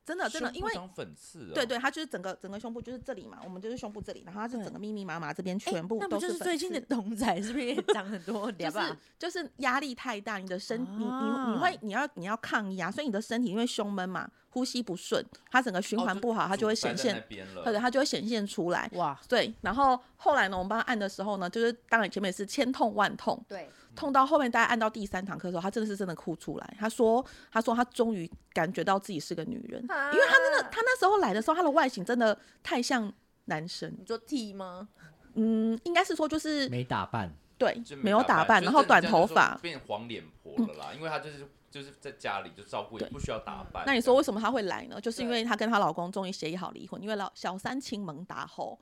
[SPEAKER 5] 真的真的，
[SPEAKER 1] 胸
[SPEAKER 5] 因
[SPEAKER 1] 部
[SPEAKER 5] 为
[SPEAKER 1] 长粉刺哦，
[SPEAKER 5] 对对，她就是整个整个胸部就是这里嘛，我们就是胸部这里，然后她是
[SPEAKER 3] 对
[SPEAKER 5] 整个密密麻麻这边
[SPEAKER 3] 诶
[SPEAKER 5] 全部
[SPEAKER 3] 哎那
[SPEAKER 5] 都
[SPEAKER 3] 不就是
[SPEAKER 5] 粉
[SPEAKER 3] 最近的
[SPEAKER 5] 刺
[SPEAKER 3] 董仔是不是
[SPEAKER 5] (laughs)
[SPEAKER 3] 也长很多
[SPEAKER 5] 就
[SPEAKER 3] 两
[SPEAKER 5] 是
[SPEAKER 3] 把？
[SPEAKER 5] 就是压力太大，你的身、你你你
[SPEAKER 3] 啊
[SPEAKER 5] 会你要你要抗压，所以你的身体因为胸闷嘛，呼吸不顺，它整个循
[SPEAKER 1] 哦，
[SPEAKER 5] 环不好，它就会
[SPEAKER 1] 阻塞
[SPEAKER 5] 显
[SPEAKER 1] 在那
[SPEAKER 5] 现，
[SPEAKER 1] 边
[SPEAKER 5] 或者
[SPEAKER 1] 了。
[SPEAKER 5] 它就会显现出来。
[SPEAKER 3] 哇，
[SPEAKER 5] 对，然后后来呢，我们帮他按的时候呢，就是当然前面也是千痛万痛，
[SPEAKER 3] 对，
[SPEAKER 5] 痛到后面大家按到第三堂课的时候，他真的是真的哭出来。他说，他说他终于感觉到自己是个女
[SPEAKER 1] 啊
[SPEAKER 5] 人，因为他真的他那时候来的时候，他的外形真的太像男生，
[SPEAKER 3] 你做 T 吗？
[SPEAKER 5] 嗯，应该是说就是
[SPEAKER 4] 没打扮，
[SPEAKER 5] 对
[SPEAKER 1] 就，
[SPEAKER 5] 没有打扮，然后短头发。
[SPEAKER 1] 变黄脸婆了啦，因为她就是就是在家里就照顾，也
[SPEAKER 5] 对
[SPEAKER 1] 不需要打扮。
[SPEAKER 5] 那你说为什么她会来呢？就是因为她跟她老公终于协议好离婚，因为老小三亲蒙打
[SPEAKER 3] (laughs)
[SPEAKER 5] 后，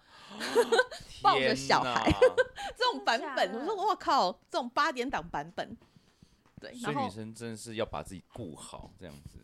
[SPEAKER 5] 抱着小孩 (laughs)
[SPEAKER 1] 天哪，
[SPEAKER 5] 这种版
[SPEAKER 3] 真的假
[SPEAKER 5] 本，
[SPEAKER 3] 的
[SPEAKER 5] 我说我靠，这种八点档版本，对，
[SPEAKER 1] 所
[SPEAKER 5] 然
[SPEAKER 1] 以女
[SPEAKER 5] 后
[SPEAKER 1] 生真的是要把自己顾好，这样子。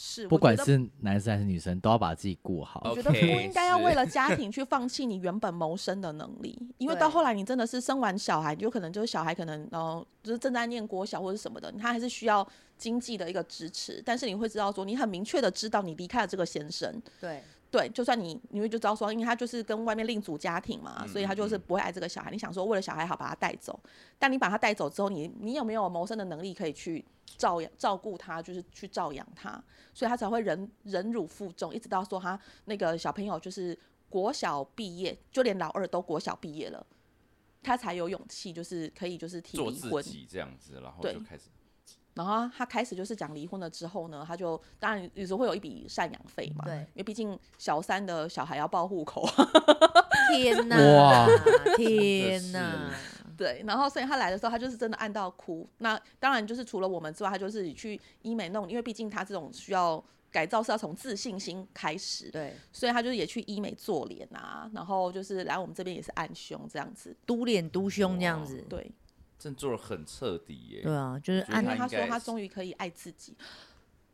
[SPEAKER 5] 是
[SPEAKER 4] 不
[SPEAKER 5] 我觉
[SPEAKER 4] 管
[SPEAKER 5] 得
[SPEAKER 4] 是男生还是女生，都要把自己顾好
[SPEAKER 5] 我。
[SPEAKER 1] 哦
[SPEAKER 5] 觉得不
[SPEAKER 1] OK，
[SPEAKER 5] 应该要
[SPEAKER 1] 是
[SPEAKER 5] 为了家庭去放弃你原本谋生的能力，因为到
[SPEAKER 3] 对
[SPEAKER 5] 后来你真的是生完小孩，你就可能就是小孩可能呃就是正在念国小或者什么的，他还是需要经济的一个支持，但是你会知道说你很明确的知道你离开了这个先生，
[SPEAKER 3] 对，
[SPEAKER 5] 对，就算你你会就知道说，因为他就是跟外面另组家庭嘛，
[SPEAKER 1] 嗯
[SPEAKER 5] 所以他就是
[SPEAKER 1] 嗯嗯
[SPEAKER 5] 不会爱这个小孩。你想说为了小孩好把他带走，但你把他带走之后，你你有没有谋生的能力可以去照养照顾他，就是去照养他，所以他才会忍忍辱负重，一直到说他那个小朋友就是国小毕业，就连老二都国小毕业了，他才有勇气就是可以就是提
[SPEAKER 1] 做
[SPEAKER 5] 离
[SPEAKER 1] 自
[SPEAKER 5] 婚。
[SPEAKER 1] 己这样子，然后
[SPEAKER 5] 对
[SPEAKER 1] 就开始
[SPEAKER 5] 然后他他开始就是讲离婚了之后呢，他就当然有时候会有一笔赡养费嘛，
[SPEAKER 3] 对
[SPEAKER 5] 因为毕竟小三的小孩要报户口。 (laughs)
[SPEAKER 3] 天哪！
[SPEAKER 4] 哇，
[SPEAKER 3] 天哪！
[SPEAKER 5] 对，然后所以他来的时候，他就是真的按到哭。那当然就是除了我们之外，他就是去医美弄，因为毕竟他这种需要改造是要从自信心开始，
[SPEAKER 3] 对，
[SPEAKER 5] 所以他就是也去医美做脸啊，然后就是来我们这边也是按胸这样子。
[SPEAKER 3] 嘟脸嘟胸这样子。
[SPEAKER 1] 嗯
[SPEAKER 5] 对，
[SPEAKER 1] 真的做的很彻底耶。
[SPEAKER 3] 对啊，就是
[SPEAKER 1] 觉得
[SPEAKER 5] 因
[SPEAKER 1] 他
[SPEAKER 5] 为
[SPEAKER 3] 按
[SPEAKER 1] 应
[SPEAKER 5] 他说
[SPEAKER 1] 该
[SPEAKER 5] 他
[SPEAKER 1] 是
[SPEAKER 5] 终于可以爱自己，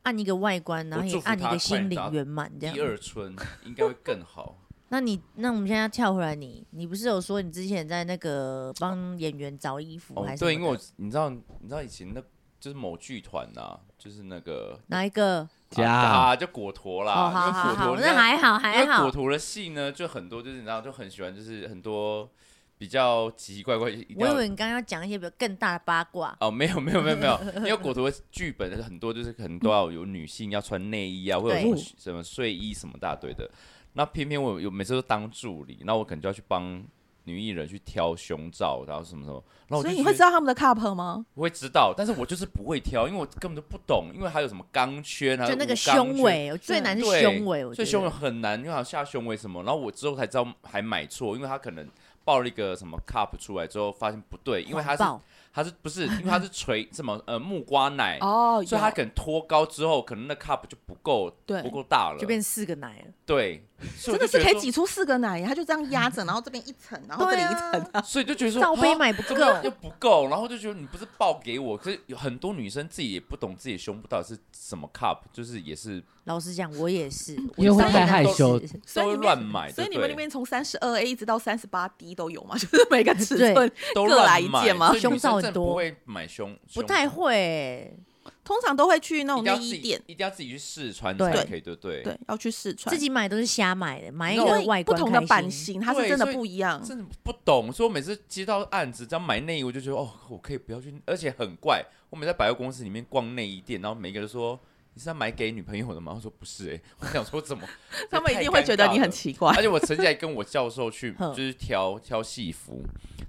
[SPEAKER 3] 按一个外观，然后
[SPEAKER 1] 我
[SPEAKER 3] 也
[SPEAKER 1] 祝福
[SPEAKER 3] 按一
[SPEAKER 1] 他
[SPEAKER 3] 个
[SPEAKER 1] 快
[SPEAKER 3] 心
[SPEAKER 1] 达
[SPEAKER 3] 灵
[SPEAKER 1] 到
[SPEAKER 3] 圆满这
[SPEAKER 1] 第
[SPEAKER 3] 样。
[SPEAKER 1] 二春应该会更好。
[SPEAKER 3] 那你，那我们现在要跳回来你，你不是有说你之前在那个帮演员找衣服还
[SPEAKER 1] 哦，
[SPEAKER 3] 是什么的？
[SPEAKER 1] 对，因为我你知道你知道以前那就是某剧团呐，就是那个
[SPEAKER 3] 哪一个？
[SPEAKER 4] 家
[SPEAKER 1] 啊就果陀
[SPEAKER 3] 哦，
[SPEAKER 1] 啦，
[SPEAKER 3] 好
[SPEAKER 1] 因
[SPEAKER 3] 好
[SPEAKER 1] 为果
[SPEAKER 3] 好，
[SPEAKER 1] 陀
[SPEAKER 3] 那还好
[SPEAKER 1] 因
[SPEAKER 3] 还
[SPEAKER 1] 为果
[SPEAKER 3] 好。
[SPEAKER 1] 陀的戏呢，就很多就是你知道就很喜欢就是很多比较奇奇怪怪，一定
[SPEAKER 3] 我以
[SPEAKER 1] 要
[SPEAKER 3] 为你刚刚要讲一些比较更大的八卦，
[SPEAKER 1] 哦，没有没有没有没有，因为果陀的剧本很多就是可能都要有女性要穿内衣啊，或者
[SPEAKER 3] 对
[SPEAKER 1] 什么什么睡衣什么大堆的。那偏偏我有每次都当助理，那我可能就要去帮女艺人去挑胸罩，然后什么什么。然后我
[SPEAKER 5] 所
[SPEAKER 1] 哦就
[SPEAKER 5] 以
[SPEAKER 1] 觉
[SPEAKER 5] 你会
[SPEAKER 1] 得
[SPEAKER 5] 知道他们的 cup 吗？
[SPEAKER 1] 我会知道，但是我就是不会挑，因为我根本就不懂，因为还有什么钢圈啊，
[SPEAKER 3] 就那个
[SPEAKER 1] 无钢圈
[SPEAKER 3] 胸，围，我最难是
[SPEAKER 1] 对
[SPEAKER 3] 胸围，我
[SPEAKER 1] 所
[SPEAKER 3] 觉
[SPEAKER 1] 以胸围
[SPEAKER 3] 得。
[SPEAKER 1] 很难，因为好像下胸围什么，然后我之后才知道还买错，因为他可能报了一个什么 cup 出来之后，发现不对，因为他
[SPEAKER 3] 谎
[SPEAKER 1] 是
[SPEAKER 3] 报
[SPEAKER 1] 他是不是 (laughs) 因为他是垂什么呃木瓜奶，
[SPEAKER 5] 哦，
[SPEAKER 1] 所以他可能托高之后，可能那 cup 就不够
[SPEAKER 5] 对
[SPEAKER 1] 不够大了，
[SPEAKER 3] 就变四个奶了。
[SPEAKER 1] 对，所以
[SPEAKER 5] 真
[SPEAKER 1] 我就觉
[SPEAKER 5] 的是
[SPEAKER 1] 得
[SPEAKER 5] 可以
[SPEAKER 1] 说
[SPEAKER 5] 挤出四个奶，他就这样压着，然后这边一层，然后这里一层，
[SPEAKER 3] 啊，
[SPEAKER 1] 所以就觉得说
[SPEAKER 3] 罩杯
[SPEAKER 1] 啊
[SPEAKER 3] 买不
[SPEAKER 1] 怎
[SPEAKER 3] 够
[SPEAKER 1] 么又不够，然后就觉得你不是报给我，可是有很多女生自己也不懂自己胸部到底是什么 cup，就是也是
[SPEAKER 3] 老实讲，我也
[SPEAKER 4] (laughs)
[SPEAKER 3] 是，
[SPEAKER 4] 因为
[SPEAKER 3] 我
[SPEAKER 4] 会
[SPEAKER 3] 上
[SPEAKER 4] 太
[SPEAKER 3] 班
[SPEAKER 4] 害
[SPEAKER 3] 都
[SPEAKER 4] 羞
[SPEAKER 3] 是
[SPEAKER 5] 所以
[SPEAKER 1] 都会
[SPEAKER 5] 你们
[SPEAKER 1] 乱买，
[SPEAKER 5] 所以你
[SPEAKER 1] 对不
[SPEAKER 5] 们那
[SPEAKER 1] 对
[SPEAKER 5] 边从三十二 A 一直到三十八 D 都有嘛， (laughs) 就是每个尺寸。
[SPEAKER 1] 都
[SPEAKER 5] 各来
[SPEAKER 1] 乱
[SPEAKER 5] 一
[SPEAKER 1] 买
[SPEAKER 5] 件吗
[SPEAKER 1] 所以女生
[SPEAKER 3] 胸罩很
[SPEAKER 1] 真的不
[SPEAKER 3] 多
[SPEAKER 1] 会买胸，
[SPEAKER 3] 不
[SPEAKER 1] 胸
[SPEAKER 3] 太
[SPEAKER 1] 罩
[SPEAKER 3] 会欸，
[SPEAKER 5] (laughs) 通常都会去那
[SPEAKER 1] 一
[SPEAKER 5] 种
[SPEAKER 1] 定要
[SPEAKER 5] 内
[SPEAKER 1] 自
[SPEAKER 5] 衣
[SPEAKER 1] 己
[SPEAKER 5] 店，
[SPEAKER 1] 一定要自己去试穿
[SPEAKER 3] 对
[SPEAKER 1] 才可以，对不对？
[SPEAKER 5] 对，要去试穿，
[SPEAKER 3] 自己买都是瞎买的，买一
[SPEAKER 5] 因
[SPEAKER 3] 个
[SPEAKER 5] 为
[SPEAKER 3] 外
[SPEAKER 5] 不
[SPEAKER 3] 观
[SPEAKER 5] 同
[SPEAKER 3] 开
[SPEAKER 5] 的
[SPEAKER 3] 心
[SPEAKER 5] 版型，它是
[SPEAKER 1] 对
[SPEAKER 5] 真的
[SPEAKER 1] 所以
[SPEAKER 5] 不一样。，
[SPEAKER 1] 真的不懂，所以我每次接到案子，只要买内衣，我就觉得哦，我可以不要去，而且很怪。我每次在百货公司里面逛内衣店，然后每一个人说你是要买给女朋友的吗？我说不是、欸，我想说怎么
[SPEAKER 5] (laughs) (laughs) 他们一定会觉得你很
[SPEAKER 1] 奇
[SPEAKER 5] 奇怪
[SPEAKER 1] 而。且我曾经还跟我教授去
[SPEAKER 3] 哼
[SPEAKER 1] 就是挑挑戏服，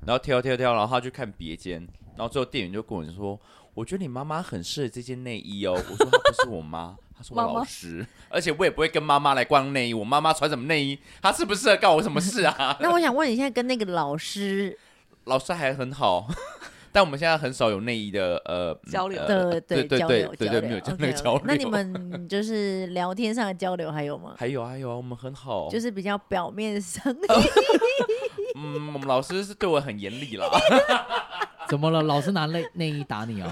[SPEAKER 1] 然后挑挑挑，然后他去看别间，然后最后店员就跟我说：“我觉得你妈妈很适合这件内衣哦。”我说：“她不是我妈。”她是我
[SPEAKER 5] 妈妈
[SPEAKER 1] 老师，而且我也不会跟妈妈来逛内衣。我妈妈穿什么内衣，她适不适合干我什么事啊？ (laughs)
[SPEAKER 3] 那我想问你，现在跟那个老师
[SPEAKER 1] 老师还很好，但我们现在很少有内衣的呃嗯
[SPEAKER 5] 交流
[SPEAKER 1] 呃
[SPEAKER 3] 的
[SPEAKER 1] 对
[SPEAKER 3] 对交
[SPEAKER 1] 对
[SPEAKER 3] 流
[SPEAKER 1] 对
[SPEAKER 3] 交
[SPEAKER 1] 对，没有
[SPEAKER 3] 流
[SPEAKER 1] 那个
[SPEAKER 3] OK，OK
[SPEAKER 1] 交流。
[SPEAKER 3] 那你们就是聊天上的交流还有吗？
[SPEAKER 1] 还有啊还有啊，我们很好，
[SPEAKER 3] 就是比较表面上的，
[SPEAKER 1] 嗯，我们老师是对我很严厉
[SPEAKER 3] (laughs)
[SPEAKER 1] 啦。
[SPEAKER 4] 怎么了？老是拿内内衣打你哦？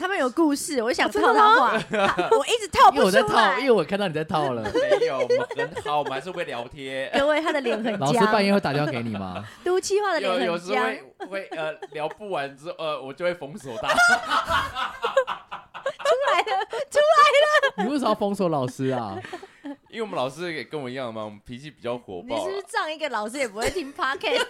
[SPEAKER 3] 他们有故事，我想套他话，啊我一直套
[SPEAKER 4] 因为
[SPEAKER 3] 不
[SPEAKER 4] 我在
[SPEAKER 3] 出
[SPEAKER 4] 套，因
[SPEAKER 3] 来
[SPEAKER 4] 为。我看到你在套了。
[SPEAKER 1] 没有，我们很好，我们还是会聊天。
[SPEAKER 3] 各位，他的脸 (laughs) 很
[SPEAKER 4] 老师半夜
[SPEAKER 3] 僵，
[SPEAKER 4] 会打电话给你吗？
[SPEAKER 3] 都气话的
[SPEAKER 1] 有
[SPEAKER 3] 脸
[SPEAKER 1] 有
[SPEAKER 3] 很
[SPEAKER 1] 时
[SPEAKER 3] 僵，
[SPEAKER 1] 会会呃聊不完之后呃我就会封锁
[SPEAKER 3] (laughs)
[SPEAKER 1] 他，
[SPEAKER 4] 你为什么要封锁老师啊？
[SPEAKER 1] 因为我们老师也跟我一样嘛，我们脾气比较火
[SPEAKER 3] 你
[SPEAKER 1] 爆啊
[SPEAKER 3] 是不
[SPEAKER 1] 啦
[SPEAKER 3] 是，上一个老师也不会听 podcast？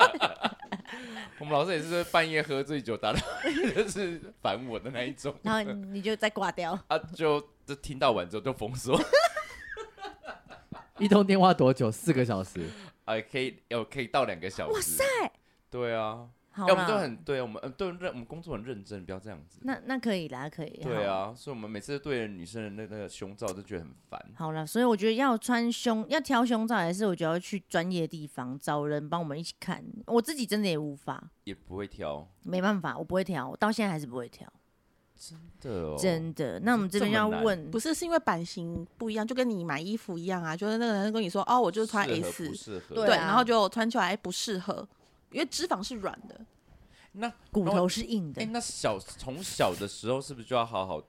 [SPEAKER 1] (laughs) 我们老师也是半夜喝醉酒打到 (laughs) 就是烦我的那一种
[SPEAKER 3] 然后你就再挂掉。
[SPEAKER 1] 啊，就就听到完之后就封锁
[SPEAKER 4] 一通电话多久？四个小时。
[SPEAKER 1] 啊，可以有可以到两个小时，
[SPEAKER 3] 哇塞，
[SPEAKER 1] 对啊，
[SPEAKER 3] 好
[SPEAKER 1] 哎、我们都
[SPEAKER 3] 啦，
[SPEAKER 1] 很对，我们呃对认我们工作很认真，不要这样子。
[SPEAKER 3] 那那可以啦，可以。
[SPEAKER 1] 对
[SPEAKER 3] 好，
[SPEAKER 1] 啊，所以我们每次对着女生的那个胸罩就觉得很烦。
[SPEAKER 3] 好啦，所以我觉得要穿胸，要挑胸罩，还是我觉得要去专业地方找人帮我们一起看。我自己真的也无法，
[SPEAKER 1] 也不会挑，
[SPEAKER 3] 没办法，我不会挑，我到现在还是不会挑，
[SPEAKER 1] 对哦，
[SPEAKER 3] 真的。那我们这边
[SPEAKER 1] 这
[SPEAKER 3] 要
[SPEAKER 1] 么难
[SPEAKER 3] 问
[SPEAKER 5] (laughs) 不，是是因为版型不一样，就跟你买衣服一样啊，就是那个人跟你说哦，我就是穿
[SPEAKER 1] 适合
[SPEAKER 5] S，
[SPEAKER 1] 不适合？
[SPEAKER 3] 对
[SPEAKER 5] 对，
[SPEAKER 3] 啊
[SPEAKER 5] 然后就穿出来不适合，因为脂肪是软的，
[SPEAKER 1] 那
[SPEAKER 3] 骨
[SPEAKER 1] 那我
[SPEAKER 3] 头是硬的
[SPEAKER 1] 哎、，那小从小的时候是不是就要好好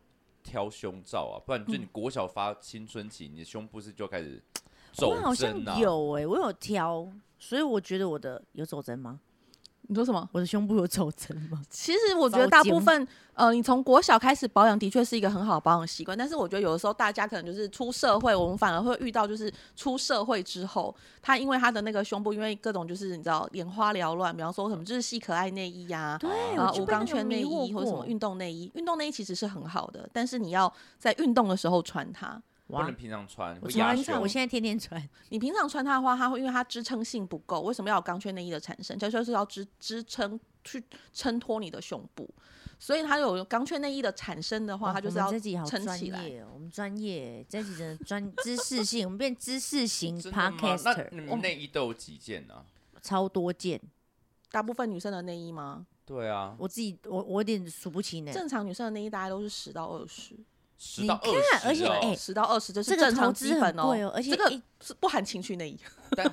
[SPEAKER 1] 挑胸罩啊？不然
[SPEAKER 3] 嗯
[SPEAKER 1] 就你国小发青春期，你的胸部是就开始走
[SPEAKER 3] 我好像
[SPEAKER 1] 针啊？
[SPEAKER 3] 有哎、我有挑，所以我觉得我的有走针吗？
[SPEAKER 5] 你说什么？
[SPEAKER 3] 我的胸部有走针
[SPEAKER 1] (laughs)
[SPEAKER 3] 吗？
[SPEAKER 5] 其实我觉得大
[SPEAKER 3] 糟
[SPEAKER 5] 部
[SPEAKER 3] 践
[SPEAKER 5] 分，呃，你从国小开始保养的确是一个很好的保养习惯，但是我觉得有的时候大家可能就是出社会，我们反而会遇到就是出社会之后，他因为他的那个胸部，因为各种就是你知道眼花缭乱，比方说什么日系可爱内衣呀、
[SPEAKER 3] 对，
[SPEAKER 5] 啊，
[SPEAKER 3] 我就
[SPEAKER 5] 无
[SPEAKER 3] 被
[SPEAKER 5] 钢
[SPEAKER 3] 那个
[SPEAKER 5] 圈内
[SPEAKER 3] 迷惑
[SPEAKER 5] 衣或者什
[SPEAKER 3] 过
[SPEAKER 5] 么运动内衣，运动内衣其实是很好的，但是你要在运动的时候穿它。
[SPEAKER 1] 不
[SPEAKER 3] 哇
[SPEAKER 1] 能，平常穿，
[SPEAKER 3] 我
[SPEAKER 1] 会
[SPEAKER 3] 从
[SPEAKER 1] 压
[SPEAKER 3] 来没穿，
[SPEAKER 1] 胸
[SPEAKER 3] 我。现在天天穿。
[SPEAKER 5] 你平常穿它的话，它会因为它支撑性不够，为什么要有钢圈内衣的产生？它就是要支支撑去撑托你的胸部，所以它有钢圈内衣的产生的话，
[SPEAKER 3] 哇
[SPEAKER 5] 它就
[SPEAKER 3] 我
[SPEAKER 5] 是
[SPEAKER 3] 们
[SPEAKER 5] 要
[SPEAKER 3] 这集好
[SPEAKER 5] 撑
[SPEAKER 3] 专
[SPEAKER 5] 起来
[SPEAKER 3] 业哦，我们专业这集真的专知识性，我们变知识
[SPEAKER 1] (laughs)
[SPEAKER 3] 型
[SPEAKER 1] 真的吗？那
[SPEAKER 3] podcaster，
[SPEAKER 1] 你
[SPEAKER 3] 我
[SPEAKER 1] 们
[SPEAKER 3] 们
[SPEAKER 1] 内衣都有几件啊？
[SPEAKER 3] 超多件，
[SPEAKER 5] 大部分女生的内衣吗？
[SPEAKER 1] 对啊，
[SPEAKER 3] 我自己我我有点数不清呢。
[SPEAKER 5] 正常女生的内衣大概都是十到二十，
[SPEAKER 1] 十到
[SPEAKER 3] 你
[SPEAKER 1] 二
[SPEAKER 3] 看
[SPEAKER 1] 十、哦，
[SPEAKER 3] 而且哎
[SPEAKER 5] 十到二十这
[SPEAKER 3] 这
[SPEAKER 5] 是
[SPEAKER 3] 个
[SPEAKER 5] 正
[SPEAKER 3] 投
[SPEAKER 5] 常
[SPEAKER 3] 资
[SPEAKER 5] 基
[SPEAKER 3] 很
[SPEAKER 5] 本
[SPEAKER 3] 贵哦，而且
[SPEAKER 5] 这个
[SPEAKER 3] 一
[SPEAKER 5] 是不含情趣内衣。
[SPEAKER 1] (laughs) 那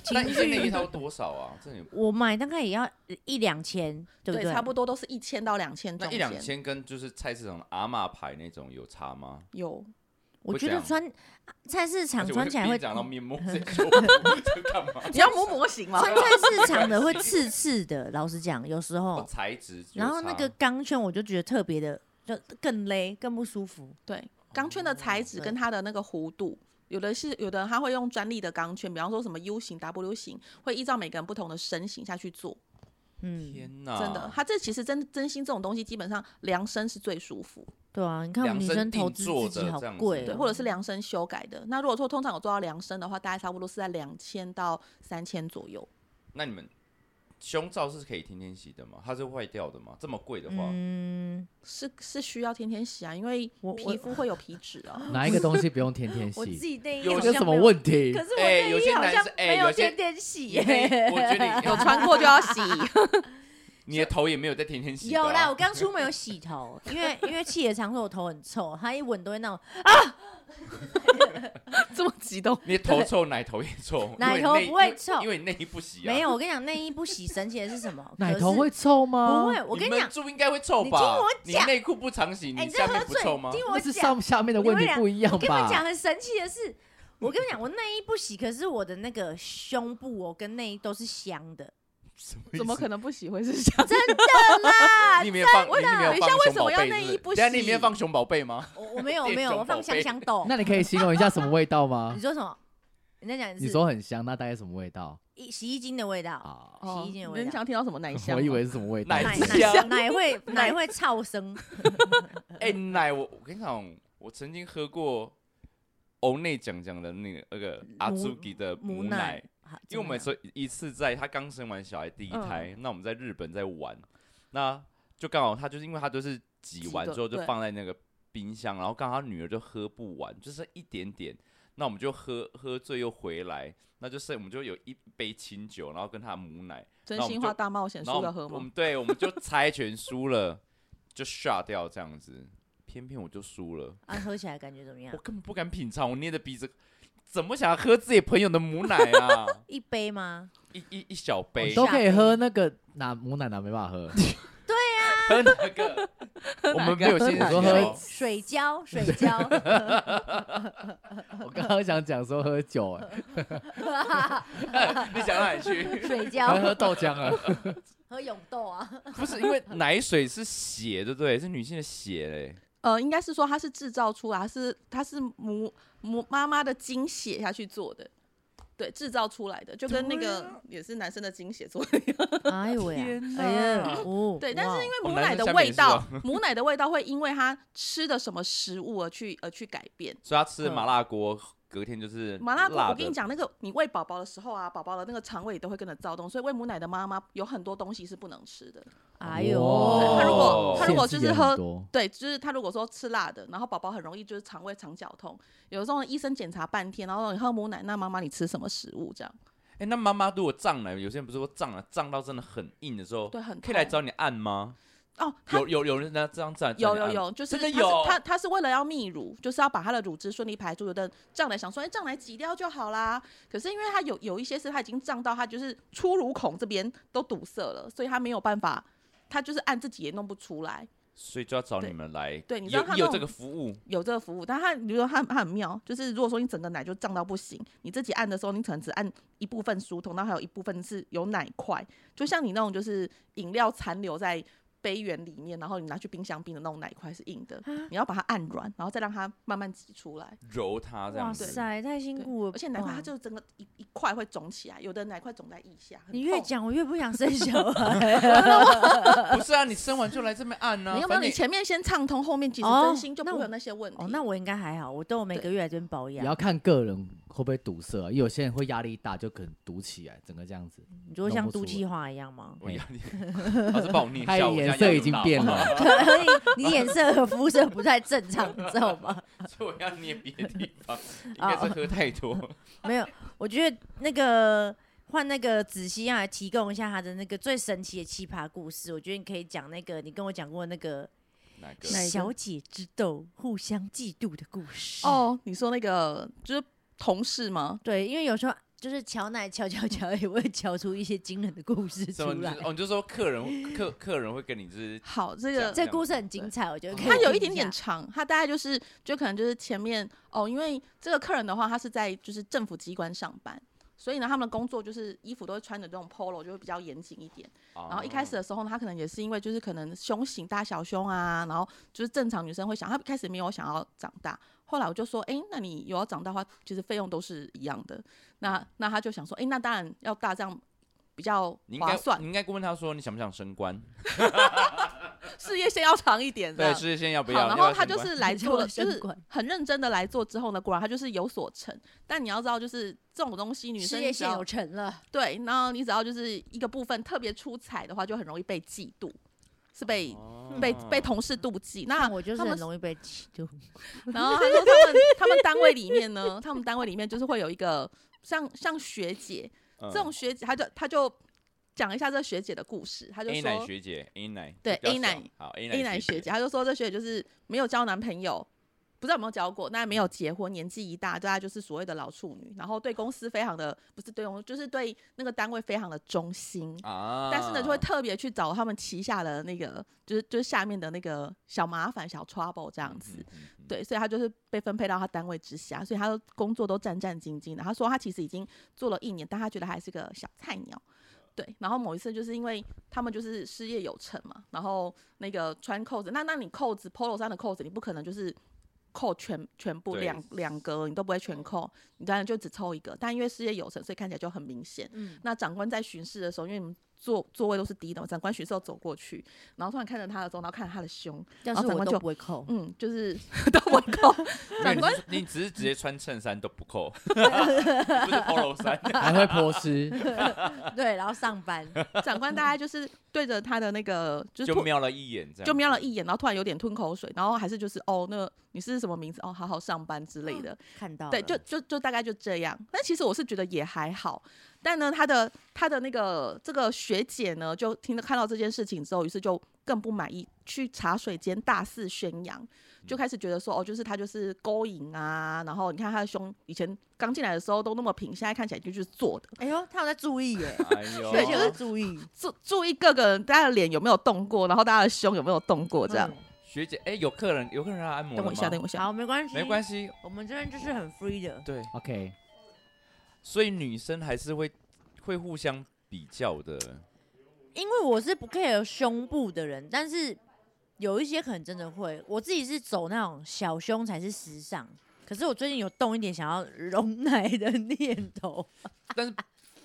[SPEAKER 3] 情
[SPEAKER 1] 一件内衣
[SPEAKER 3] 绪
[SPEAKER 1] 它多多少啊？这里
[SPEAKER 3] 我买大概也要一两千，对不
[SPEAKER 5] 差不多都是一千到两千中
[SPEAKER 1] 那
[SPEAKER 5] 间。
[SPEAKER 1] 一两千跟就是菜市场的阿嬷牌那种有差吗？
[SPEAKER 5] 有，
[SPEAKER 3] 我
[SPEAKER 1] 会
[SPEAKER 3] 觉
[SPEAKER 1] 这
[SPEAKER 3] 得
[SPEAKER 1] 样
[SPEAKER 3] 穿菜市场穿起来会
[SPEAKER 1] 讲到面
[SPEAKER 3] (laughs)
[SPEAKER 1] 膜在说在干嘛？
[SPEAKER 5] 你要摸模型吗？
[SPEAKER 3] 穿菜市场的会
[SPEAKER 1] (laughs)
[SPEAKER 3] 刺刺的，老实讲，有时
[SPEAKER 1] 哦
[SPEAKER 3] 候。
[SPEAKER 1] 材质有差，
[SPEAKER 3] 然后那个钢圈我就觉得特别的，就更勒，更不舒服。
[SPEAKER 5] 对，钢圈的材质
[SPEAKER 3] 对
[SPEAKER 5] 跟它的那个弧度，有的是有的人他会用专利的钢圈，比方说什么 U 型、W 型，会依照每个人不同的身形下去做。
[SPEAKER 3] 嗯，
[SPEAKER 1] 天哪，
[SPEAKER 5] 真的，它这其实真真心这种东西，基本上量身是最舒服，
[SPEAKER 3] 对啊，你看我们
[SPEAKER 1] 量
[SPEAKER 3] 女
[SPEAKER 1] 身
[SPEAKER 3] 生投
[SPEAKER 1] 定
[SPEAKER 3] 资
[SPEAKER 1] 做
[SPEAKER 3] 自己
[SPEAKER 1] 的
[SPEAKER 3] 好
[SPEAKER 1] 这样子
[SPEAKER 3] 贵
[SPEAKER 5] 对，
[SPEAKER 3] 哦，
[SPEAKER 5] 或者是量身修改的。那如果说通常有做到量身的话，大概差不多是在两千到三千左右。
[SPEAKER 1] 那你们胸罩是可以天天洗的吗？它是坏掉的吗？这么贵的话，
[SPEAKER 3] 嗯，
[SPEAKER 5] 是是需要天天洗啊，因为
[SPEAKER 3] 我我
[SPEAKER 5] 皮肤会有皮脂
[SPEAKER 4] (laughs)
[SPEAKER 5] 啊。
[SPEAKER 4] 哪一个东西不用天天
[SPEAKER 3] 我自
[SPEAKER 4] 洗？
[SPEAKER 3] 己内衣
[SPEAKER 1] 有
[SPEAKER 3] 好
[SPEAKER 4] 这
[SPEAKER 3] 像
[SPEAKER 4] 什么
[SPEAKER 3] 没有？
[SPEAKER 4] 问题
[SPEAKER 3] 可？是我
[SPEAKER 1] 哎
[SPEAKER 3] 内
[SPEAKER 1] 有
[SPEAKER 3] 衣
[SPEAKER 1] 些
[SPEAKER 3] 好
[SPEAKER 1] 男
[SPEAKER 3] 像
[SPEAKER 1] 生哎
[SPEAKER 3] 没
[SPEAKER 1] 有些
[SPEAKER 3] 天天洗
[SPEAKER 1] 你
[SPEAKER 3] 耶、
[SPEAKER 1] 可以我觉
[SPEAKER 3] (laughs)
[SPEAKER 1] 得你
[SPEAKER 5] 有穿过就要洗，
[SPEAKER 1] 你的头也没有在天天洗的啊、
[SPEAKER 3] 有啦，我刚出门有洗头，因为因为气野常说我头很臭，他一闻都会那种
[SPEAKER 5] 这么激
[SPEAKER 1] (laughs)
[SPEAKER 5] 动。
[SPEAKER 1] 你的头臭，奶头也
[SPEAKER 3] (laughs)
[SPEAKER 1] 臭，
[SPEAKER 3] 奶
[SPEAKER 1] 因为
[SPEAKER 3] 头
[SPEAKER 1] 内
[SPEAKER 3] 不会
[SPEAKER 1] 因为
[SPEAKER 3] 臭
[SPEAKER 1] 因为你内衣不洗啊。
[SPEAKER 3] 没有。我跟你讲，内衣不洗神奇的是什 (laughs) 么？
[SPEAKER 4] 奶
[SPEAKER 3] 可
[SPEAKER 4] 头
[SPEAKER 3] 是
[SPEAKER 4] 会臭吗？
[SPEAKER 3] 不会？，啊我跟
[SPEAKER 1] 你
[SPEAKER 3] 你
[SPEAKER 1] 们
[SPEAKER 3] 讲，
[SPEAKER 1] 猪应该会臭
[SPEAKER 3] 你
[SPEAKER 1] 吧？
[SPEAKER 3] 听我讲
[SPEAKER 1] 内裤不常洗，
[SPEAKER 3] 哎，
[SPEAKER 1] 你
[SPEAKER 3] 你在
[SPEAKER 1] 下
[SPEAKER 3] 喝
[SPEAKER 1] 面不
[SPEAKER 3] 醉，
[SPEAKER 1] 臭吗？
[SPEAKER 3] 听
[SPEAKER 4] 那
[SPEAKER 3] 我
[SPEAKER 4] 是
[SPEAKER 3] 讲
[SPEAKER 4] 上，下面的问
[SPEAKER 3] 你们
[SPEAKER 4] 题
[SPEAKER 3] 俩
[SPEAKER 4] 不一样
[SPEAKER 3] 我跟你
[SPEAKER 4] 吧？
[SPEAKER 3] 讲很神奇的是，我跟你讲，我内衣不洗，可是我的那个胸部哦跟内衣都是香的，
[SPEAKER 5] 怎么可能不洗会是这样？
[SPEAKER 3] 真的啦
[SPEAKER 1] 你里。面放，
[SPEAKER 5] 我
[SPEAKER 1] 你里面
[SPEAKER 5] 等一
[SPEAKER 1] 有
[SPEAKER 5] 下
[SPEAKER 1] 放
[SPEAKER 5] 为
[SPEAKER 1] 熊
[SPEAKER 5] 什
[SPEAKER 1] 宝
[SPEAKER 5] 么
[SPEAKER 1] 贝
[SPEAKER 5] 要
[SPEAKER 1] 是
[SPEAKER 5] 内
[SPEAKER 1] 不
[SPEAKER 5] 衣
[SPEAKER 1] 是？
[SPEAKER 5] 不洗
[SPEAKER 1] 等一下你里面放熊宝贝吗？ (laughs)
[SPEAKER 3] 我我没有我没有，我放香香豆。
[SPEAKER 4] 那你可以形容一下什么味
[SPEAKER 3] (laughs)
[SPEAKER 4] 道吗
[SPEAKER 3] 你？说什么？你在讲一次
[SPEAKER 4] 你说很香，那大概什么味道
[SPEAKER 3] 一洗衣精的味道，
[SPEAKER 4] 啊？
[SPEAKER 3] 洗衣精的味
[SPEAKER 5] 哦你
[SPEAKER 3] 道。
[SPEAKER 5] 想听到什么奶香？
[SPEAKER 4] (laughs) 我以为是什么味道？
[SPEAKER 1] 奶
[SPEAKER 3] 哦奶
[SPEAKER 1] 香
[SPEAKER 3] 奶奶会奶会超生，
[SPEAKER 1] 哎、奶我我跟你讲，我曾经喝过欧内讲讲的那个那个阿朱吉的
[SPEAKER 3] 母
[SPEAKER 1] 母奶，，
[SPEAKER 3] 好
[SPEAKER 1] 因为我们说一次在他刚生完小孩第一胎，
[SPEAKER 5] 嗯
[SPEAKER 1] 那我们在日本在玩，那就刚好他就是因为他都是挤
[SPEAKER 5] 挤
[SPEAKER 1] 完
[SPEAKER 5] 的
[SPEAKER 1] 之后就
[SPEAKER 5] 对
[SPEAKER 1] 放在那个冰箱，然后刚好他女儿就喝不完，就是一点点，那我们就喝喝醉又回来，那就是我们就有一杯清酒，然后跟他母奶，
[SPEAKER 5] 真心话大冒险
[SPEAKER 1] 然后我
[SPEAKER 5] 呃输了
[SPEAKER 1] 们
[SPEAKER 5] 喝
[SPEAKER 1] 我
[SPEAKER 5] 吗
[SPEAKER 1] 们？对我们就猜拳输了，就下掉这样子，偏偏我就输了，
[SPEAKER 5] (laughs)
[SPEAKER 3] 啊，喝起来感觉怎么样
[SPEAKER 1] 我？根本不敢品尝，我捏着鼻子。怎么想要喝自己朋友的母奶啊？
[SPEAKER 5] (laughs)
[SPEAKER 3] 一杯吗？
[SPEAKER 1] 一一一小杯
[SPEAKER 4] 我，哦都可以
[SPEAKER 3] 下
[SPEAKER 4] 喝那个拿母奶拿没办法
[SPEAKER 3] (laughs)
[SPEAKER 4] 喝，
[SPEAKER 1] (laughs) 喝哪个？我们没有先
[SPEAKER 4] 我说
[SPEAKER 1] 说
[SPEAKER 4] 喝
[SPEAKER 3] 水水胶，水胶，
[SPEAKER 4] 我刚刚想讲说喝酒，哎，
[SPEAKER 1] 你想到哪里去？
[SPEAKER 3] 水
[SPEAKER 4] 还
[SPEAKER 3] 胶，
[SPEAKER 4] 喝豆浆啊？
[SPEAKER 3] 喝永豆啊，
[SPEAKER 1] (laughs) 不是因为奶水是血，对不对？是女性的血嘞。
[SPEAKER 5] 呃，应该是说它是制造出来，它是它是母母妈妈的精血下去做的，对，制造出来的，就跟那个也是男生的精血做的一样。
[SPEAKER 3] (laughs) 哎呦喂啊，哎呀，哦，
[SPEAKER 5] 对，但是
[SPEAKER 3] 为
[SPEAKER 5] 因为
[SPEAKER 1] 哦
[SPEAKER 5] 母
[SPEAKER 1] 男
[SPEAKER 5] 奶
[SPEAKER 1] 生
[SPEAKER 5] 的
[SPEAKER 1] 下面
[SPEAKER 5] 味
[SPEAKER 1] 也是
[SPEAKER 5] 道
[SPEAKER 1] 啊，
[SPEAKER 5] 母奶的味道会因为它吃的什么食物而去而去改变。
[SPEAKER 1] 所以她吃麻辣锅隔天就是
[SPEAKER 5] 麻辣锅，
[SPEAKER 1] 辣
[SPEAKER 5] 我跟
[SPEAKER 1] 的
[SPEAKER 5] 你讲，那个你喂宝宝的时候啊，宝宝的那个肠胃也都会跟着躁动，所以喂母奶的妈妈有很多东西是不能吃的。
[SPEAKER 3] 哎呦，
[SPEAKER 4] 哇
[SPEAKER 1] 哦
[SPEAKER 5] 他如果他如果
[SPEAKER 4] 限制
[SPEAKER 5] 就是
[SPEAKER 4] 也
[SPEAKER 5] 喝
[SPEAKER 4] 很多
[SPEAKER 5] 对，就是他如果说吃辣的，然后宝宝很容易就是肠胃肠绞痛，有时候医生检查半天，然后你喝母奶，那妈妈你吃什么食物这样？
[SPEAKER 1] 哎、那妈妈如果胀奶，有些人不是说胀了，胀到真的很硬的时候，
[SPEAKER 5] 对，很
[SPEAKER 1] 可以来
[SPEAKER 5] 痛
[SPEAKER 1] 找你按吗？
[SPEAKER 5] 哦，他
[SPEAKER 1] 有有有人拿这样站，
[SPEAKER 5] 有
[SPEAKER 1] 这样
[SPEAKER 5] 有
[SPEAKER 1] 按
[SPEAKER 5] 有，就是
[SPEAKER 1] 真的
[SPEAKER 5] 他是
[SPEAKER 1] 有
[SPEAKER 5] 他他是为了要泌乳，就是要把他的乳汁顺利排出。有的胀奶想说，哎、胀奶挤掉就好啦。可是因为他有有一些是他已经胀到他就是出乳孔这边都堵塞了，所以他没有办法，他就是按自己也弄不出来。
[SPEAKER 1] 所以就要找
[SPEAKER 5] 对
[SPEAKER 1] 你们来，
[SPEAKER 5] 对你知道
[SPEAKER 1] 有
[SPEAKER 5] 他
[SPEAKER 1] 有
[SPEAKER 5] 那
[SPEAKER 1] 这个
[SPEAKER 5] 种
[SPEAKER 1] 服务，
[SPEAKER 5] 有这个服务，但他比如说他他很妙，就是如果说你整个奶就胀到不行，你自己按的时候，你可能只按一部分疏通，然后还有一部分是有奶块，就像你那种就是饮料残留在杯缘里面，然后你拿去冰箱冰的那种奶块是硬的，你要把它按软，然后再让它慢慢挤出来。
[SPEAKER 1] 揉它这
[SPEAKER 3] 啊哇
[SPEAKER 1] 样子。
[SPEAKER 3] 塞，太辛
[SPEAKER 5] 对
[SPEAKER 3] 苦了吧，
[SPEAKER 5] 而且奶块它就整个一一块会肿起来，有的奶块肿在腋下。很
[SPEAKER 3] 你越
[SPEAKER 5] 痛，
[SPEAKER 3] 讲我越不想生小孩。
[SPEAKER 1] 不是啊，你生完就来这边按呢、
[SPEAKER 5] 没
[SPEAKER 1] 啊，
[SPEAKER 5] 有没有，
[SPEAKER 1] 反
[SPEAKER 5] (laughs) 你
[SPEAKER 1] 正？
[SPEAKER 5] 前面先畅通，后面其实
[SPEAKER 3] 哦
[SPEAKER 5] 真心就
[SPEAKER 3] 那
[SPEAKER 5] 不会
[SPEAKER 3] 我
[SPEAKER 5] 有那些问题。
[SPEAKER 3] 哦，那我应该还好，我都有每个月来这边保
[SPEAKER 4] 也
[SPEAKER 3] 养
[SPEAKER 4] 要。看个人会不会堵塞、啊，因为有些人会压力大就可能堵起来，整个这样子。
[SPEAKER 3] 你就会像
[SPEAKER 4] 弄不
[SPEAKER 3] 毒
[SPEAKER 4] 出
[SPEAKER 3] 气化一样吗
[SPEAKER 1] 我压力， (laughs) 老师帮我念一
[SPEAKER 4] 他
[SPEAKER 1] 下，
[SPEAKER 4] 的
[SPEAKER 1] 我现在
[SPEAKER 4] 颜色
[SPEAKER 1] 压力
[SPEAKER 4] 已经
[SPEAKER 1] 大
[SPEAKER 4] 变了，
[SPEAKER 3] (laughs) 可以，你脸色和肤色不太正常，你知道吗？
[SPEAKER 5] (laughs)
[SPEAKER 1] 所以我要捏别的地方，应该是喝太多。
[SPEAKER 5] 哦
[SPEAKER 1] (laughs)
[SPEAKER 3] (laughs) 没有，我觉得那个换那个子熙要来提供一下他的那个最神奇的奇葩故事，我觉得你可以讲那个你跟我讲过那个
[SPEAKER 1] 哪个？
[SPEAKER 5] 哪一个
[SPEAKER 3] 小姐之斗、互相嫉妒的故事。，
[SPEAKER 5] 哦，你说那个就是同事吗？
[SPEAKER 3] 对，因为有时候就是乔奶乔乔乔也会乔出一些惊人的故事
[SPEAKER 1] 什
[SPEAKER 3] 出
[SPEAKER 1] 么？你
[SPEAKER 3] 来
[SPEAKER 1] 就。哦，你就说客人客客人会跟你就是
[SPEAKER 5] 好，这
[SPEAKER 1] 这
[SPEAKER 5] 个
[SPEAKER 1] 样
[SPEAKER 3] 这故事很精彩，我觉得可以。
[SPEAKER 5] 它有一点点，长，它大概就是就可能就是前面哦，因为这个客人的话，他是在就是政府机关上班，所以呢，他们的工作就是衣服都会穿的这种 polo，就会比较严谨一点。
[SPEAKER 1] 然
[SPEAKER 5] 然后一开始的时候呢，他可能也是因为就是可能胸型大小胸啊，然后就是正常女生会想，他一开始没有想要长大，后来我就说，哎、那你有要长大的话，其实费用都是一样的。那那他就想说，哎、那当然要大这样比较
[SPEAKER 1] 你应
[SPEAKER 5] 划
[SPEAKER 1] 该嗯
[SPEAKER 5] 算
[SPEAKER 1] 你，应该问他说你想不想升官？
[SPEAKER 5] 事业线要长一点，这
[SPEAKER 1] 对，
[SPEAKER 5] 样
[SPEAKER 1] 事业线要不
[SPEAKER 5] 好，
[SPEAKER 1] 要？要
[SPEAKER 5] 然
[SPEAKER 1] 不
[SPEAKER 5] 后
[SPEAKER 1] 要
[SPEAKER 5] 他
[SPEAKER 1] 升
[SPEAKER 5] 就
[SPEAKER 1] 官 (laughs)
[SPEAKER 5] 是来
[SPEAKER 3] 你
[SPEAKER 5] 做
[SPEAKER 3] 做
[SPEAKER 5] 了，
[SPEAKER 3] 了
[SPEAKER 5] 就
[SPEAKER 3] 升
[SPEAKER 5] 是
[SPEAKER 3] 官
[SPEAKER 5] 很认真的来做之后呢，果然他就是有所成。但你要知道，就是这种东西，女
[SPEAKER 3] 事
[SPEAKER 5] 生
[SPEAKER 3] 业
[SPEAKER 5] 只
[SPEAKER 3] 线
[SPEAKER 5] 要
[SPEAKER 3] 有成了，
[SPEAKER 5] 对，然后你只要就是一个部分特别出彩的话，就很容易被嫉妒，是被、
[SPEAKER 1] 哦
[SPEAKER 5] 被被同事妒忌。那
[SPEAKER 3] 那我就是
[SPEAKER 5] 他们
[SPEAKER 3] 很容易被嫉妒。
[SPEAKER 5] 然后他说他们他们单位里面呢，他们单位里面就是会有一个像像学姐
[SPEAKER 1] 这
[SPEAKER 5] 这种学姐，他就他就讲一下这学姐的故事，他就
[SPEAKER 1] A 奶
[SPEAKER 5] 说。
[SPEAKER 1] 学姐，A 奶
[SPEAKER 5] 对
[SPEAKER 1] 比较
[SPEAKER 5] A 奶
[SPEAKER 1] 小好 A
[SPEAKER 5] A 奶学姐，她就说这学姐就是没有交男朋友，不知道有没有交过，那没有结婚，年纪一大，大家就是所谓的老处女，然后对公司非常的不是对公，就是对那个单位非常的忠心。
[SPEAKER 1] 啊，
[SPEAKER 5] 但是呢，就会特别去找他们旗下的那个，就是就是下面的那个小麻烦、小 trouble 这
[SPEAKER 1] 这
[SPEAKER 5] 样子。，
[SPEAKER 1] 嗯
[SPEAKER 5] 对，所以他就是被分配到他单位之下，所以他的工作都战战兢兢的。他说他其实已经做了一年，但他觉得还是个小菜鸟。对，然后某一次就是因为他们就是事业有成嘛，然后那个穿扣子，那那你扣子 polo 衫的扣子，你不可能就是扣全全部
[SPEAKER 1] 对
[SPEAKER 5] 两两格，你都不会全扣，你当然就只抽一个。但因为事业有成，所以看起来就很明显。
[SPEAKER 3] 嗯，
[SPEAKER 5] 那长官在巡视的时候，因为你们座座位都是低的嘛，长官巡视后走过去，然后突然看着他的时候，然后看着他的胸，
[SPEAKER 3] 要
[SPEAKER 5] 然后
[SPEAKER 3] 是
[SPEAKER 5] 长
[SPEAKER 3] 我
[SPEAKER 5] 官
[SPEAKER 3] 都
[SPEAKER 5] 就
[SPEAKER 3] 不会扣，
[SPEAKER 5] 嗯，就是 (laughs) 都不会扣，
[SPEAKER 1] 没有
[SPEAKER 5] 长
[SPEAKER 1] 你
[SPEAKER 5] 官
[SPEAKER 1] 是你只是直接穿衬衫都不
[SPEAKER 5] (laughs)
[SPEAKER 1] 扣，不是 polo 衫，
[SPEAKER 4] (laughs) 还会泼湿，
[SPEAKER 3] (laughs) 对，然后上班，
[SPEAKER 5] 长官大概就是对着他的那个，就是
[SPEAKER 1] 就
[SPEAKER 5] 吐
[SPEAKER 1] 瞄了一眼这样，
[SPEAKER 5] 就瞄了一眼，然后突然有点吞口水，然后还是就是哦，那你是什么名字？哦，好好上班之类的。
[SPEAKER 3] 看
[SPEAKER 1] 嗯
[SPEAKER 3] 到
[SPEAKER 5] 对，
[SPEAKER 3] 了
[SPEAKER 5] 就就就大概就这样。但其实我是觉得也还好，但呢，他的他的那个这个学姐呢，就听到看到这件事情之后，于是就更不满意，去茶水间大肆宣扬，
[SPEAKER 1] 嗯
[SPEAKER 5] 就开始觉得说，哦，就是他就是勾引啊，然后你看他的胸，以前刚进来的时候都那么平，现在看起来就是做的，
[SPEAKER 3] 哎呦，他有在注意耶，
[SPEAKER 1] 哎呦，
[SPEAKER 5] 对
[SPEAKER 3] 学姐
[SPEAKER 5] 就
[SPEAKER 3] 有在
[SPEAKER 5] 是
[SPEAKER 3] 注意，
[SPEAKER 5] 注注意各个人大家的脸有没有动过，然后大家的胸有没有动过这样。
[SPEAKER 3] 嗯。
[SPEAKER 1] 学姐，哎，有客人有客人要按嗯摩了
[SPEAKER 5] 等我一下，
[SPEAKER 1] 吗
[SPEAKER 5] 等我一下。
[SPEAKER 3] 好，没关系，
[SPEAKER 1] 没关系，
[SPEAKER 3] 我们这边就是很 free 的。
[SPEAKER 1] 对，
[SPEAKER 4] OK，
[SPEAKER 1] 所以女生还是会会互相比较的，
[SPEAKER 3] 因为我是不 care 胸部的人，但是有一些可能真的会。我自己是走那种小胸才是时尚，可是我最近有动一点想要 (laughs) 容奶的念头。
[SPEAKER 1] 但是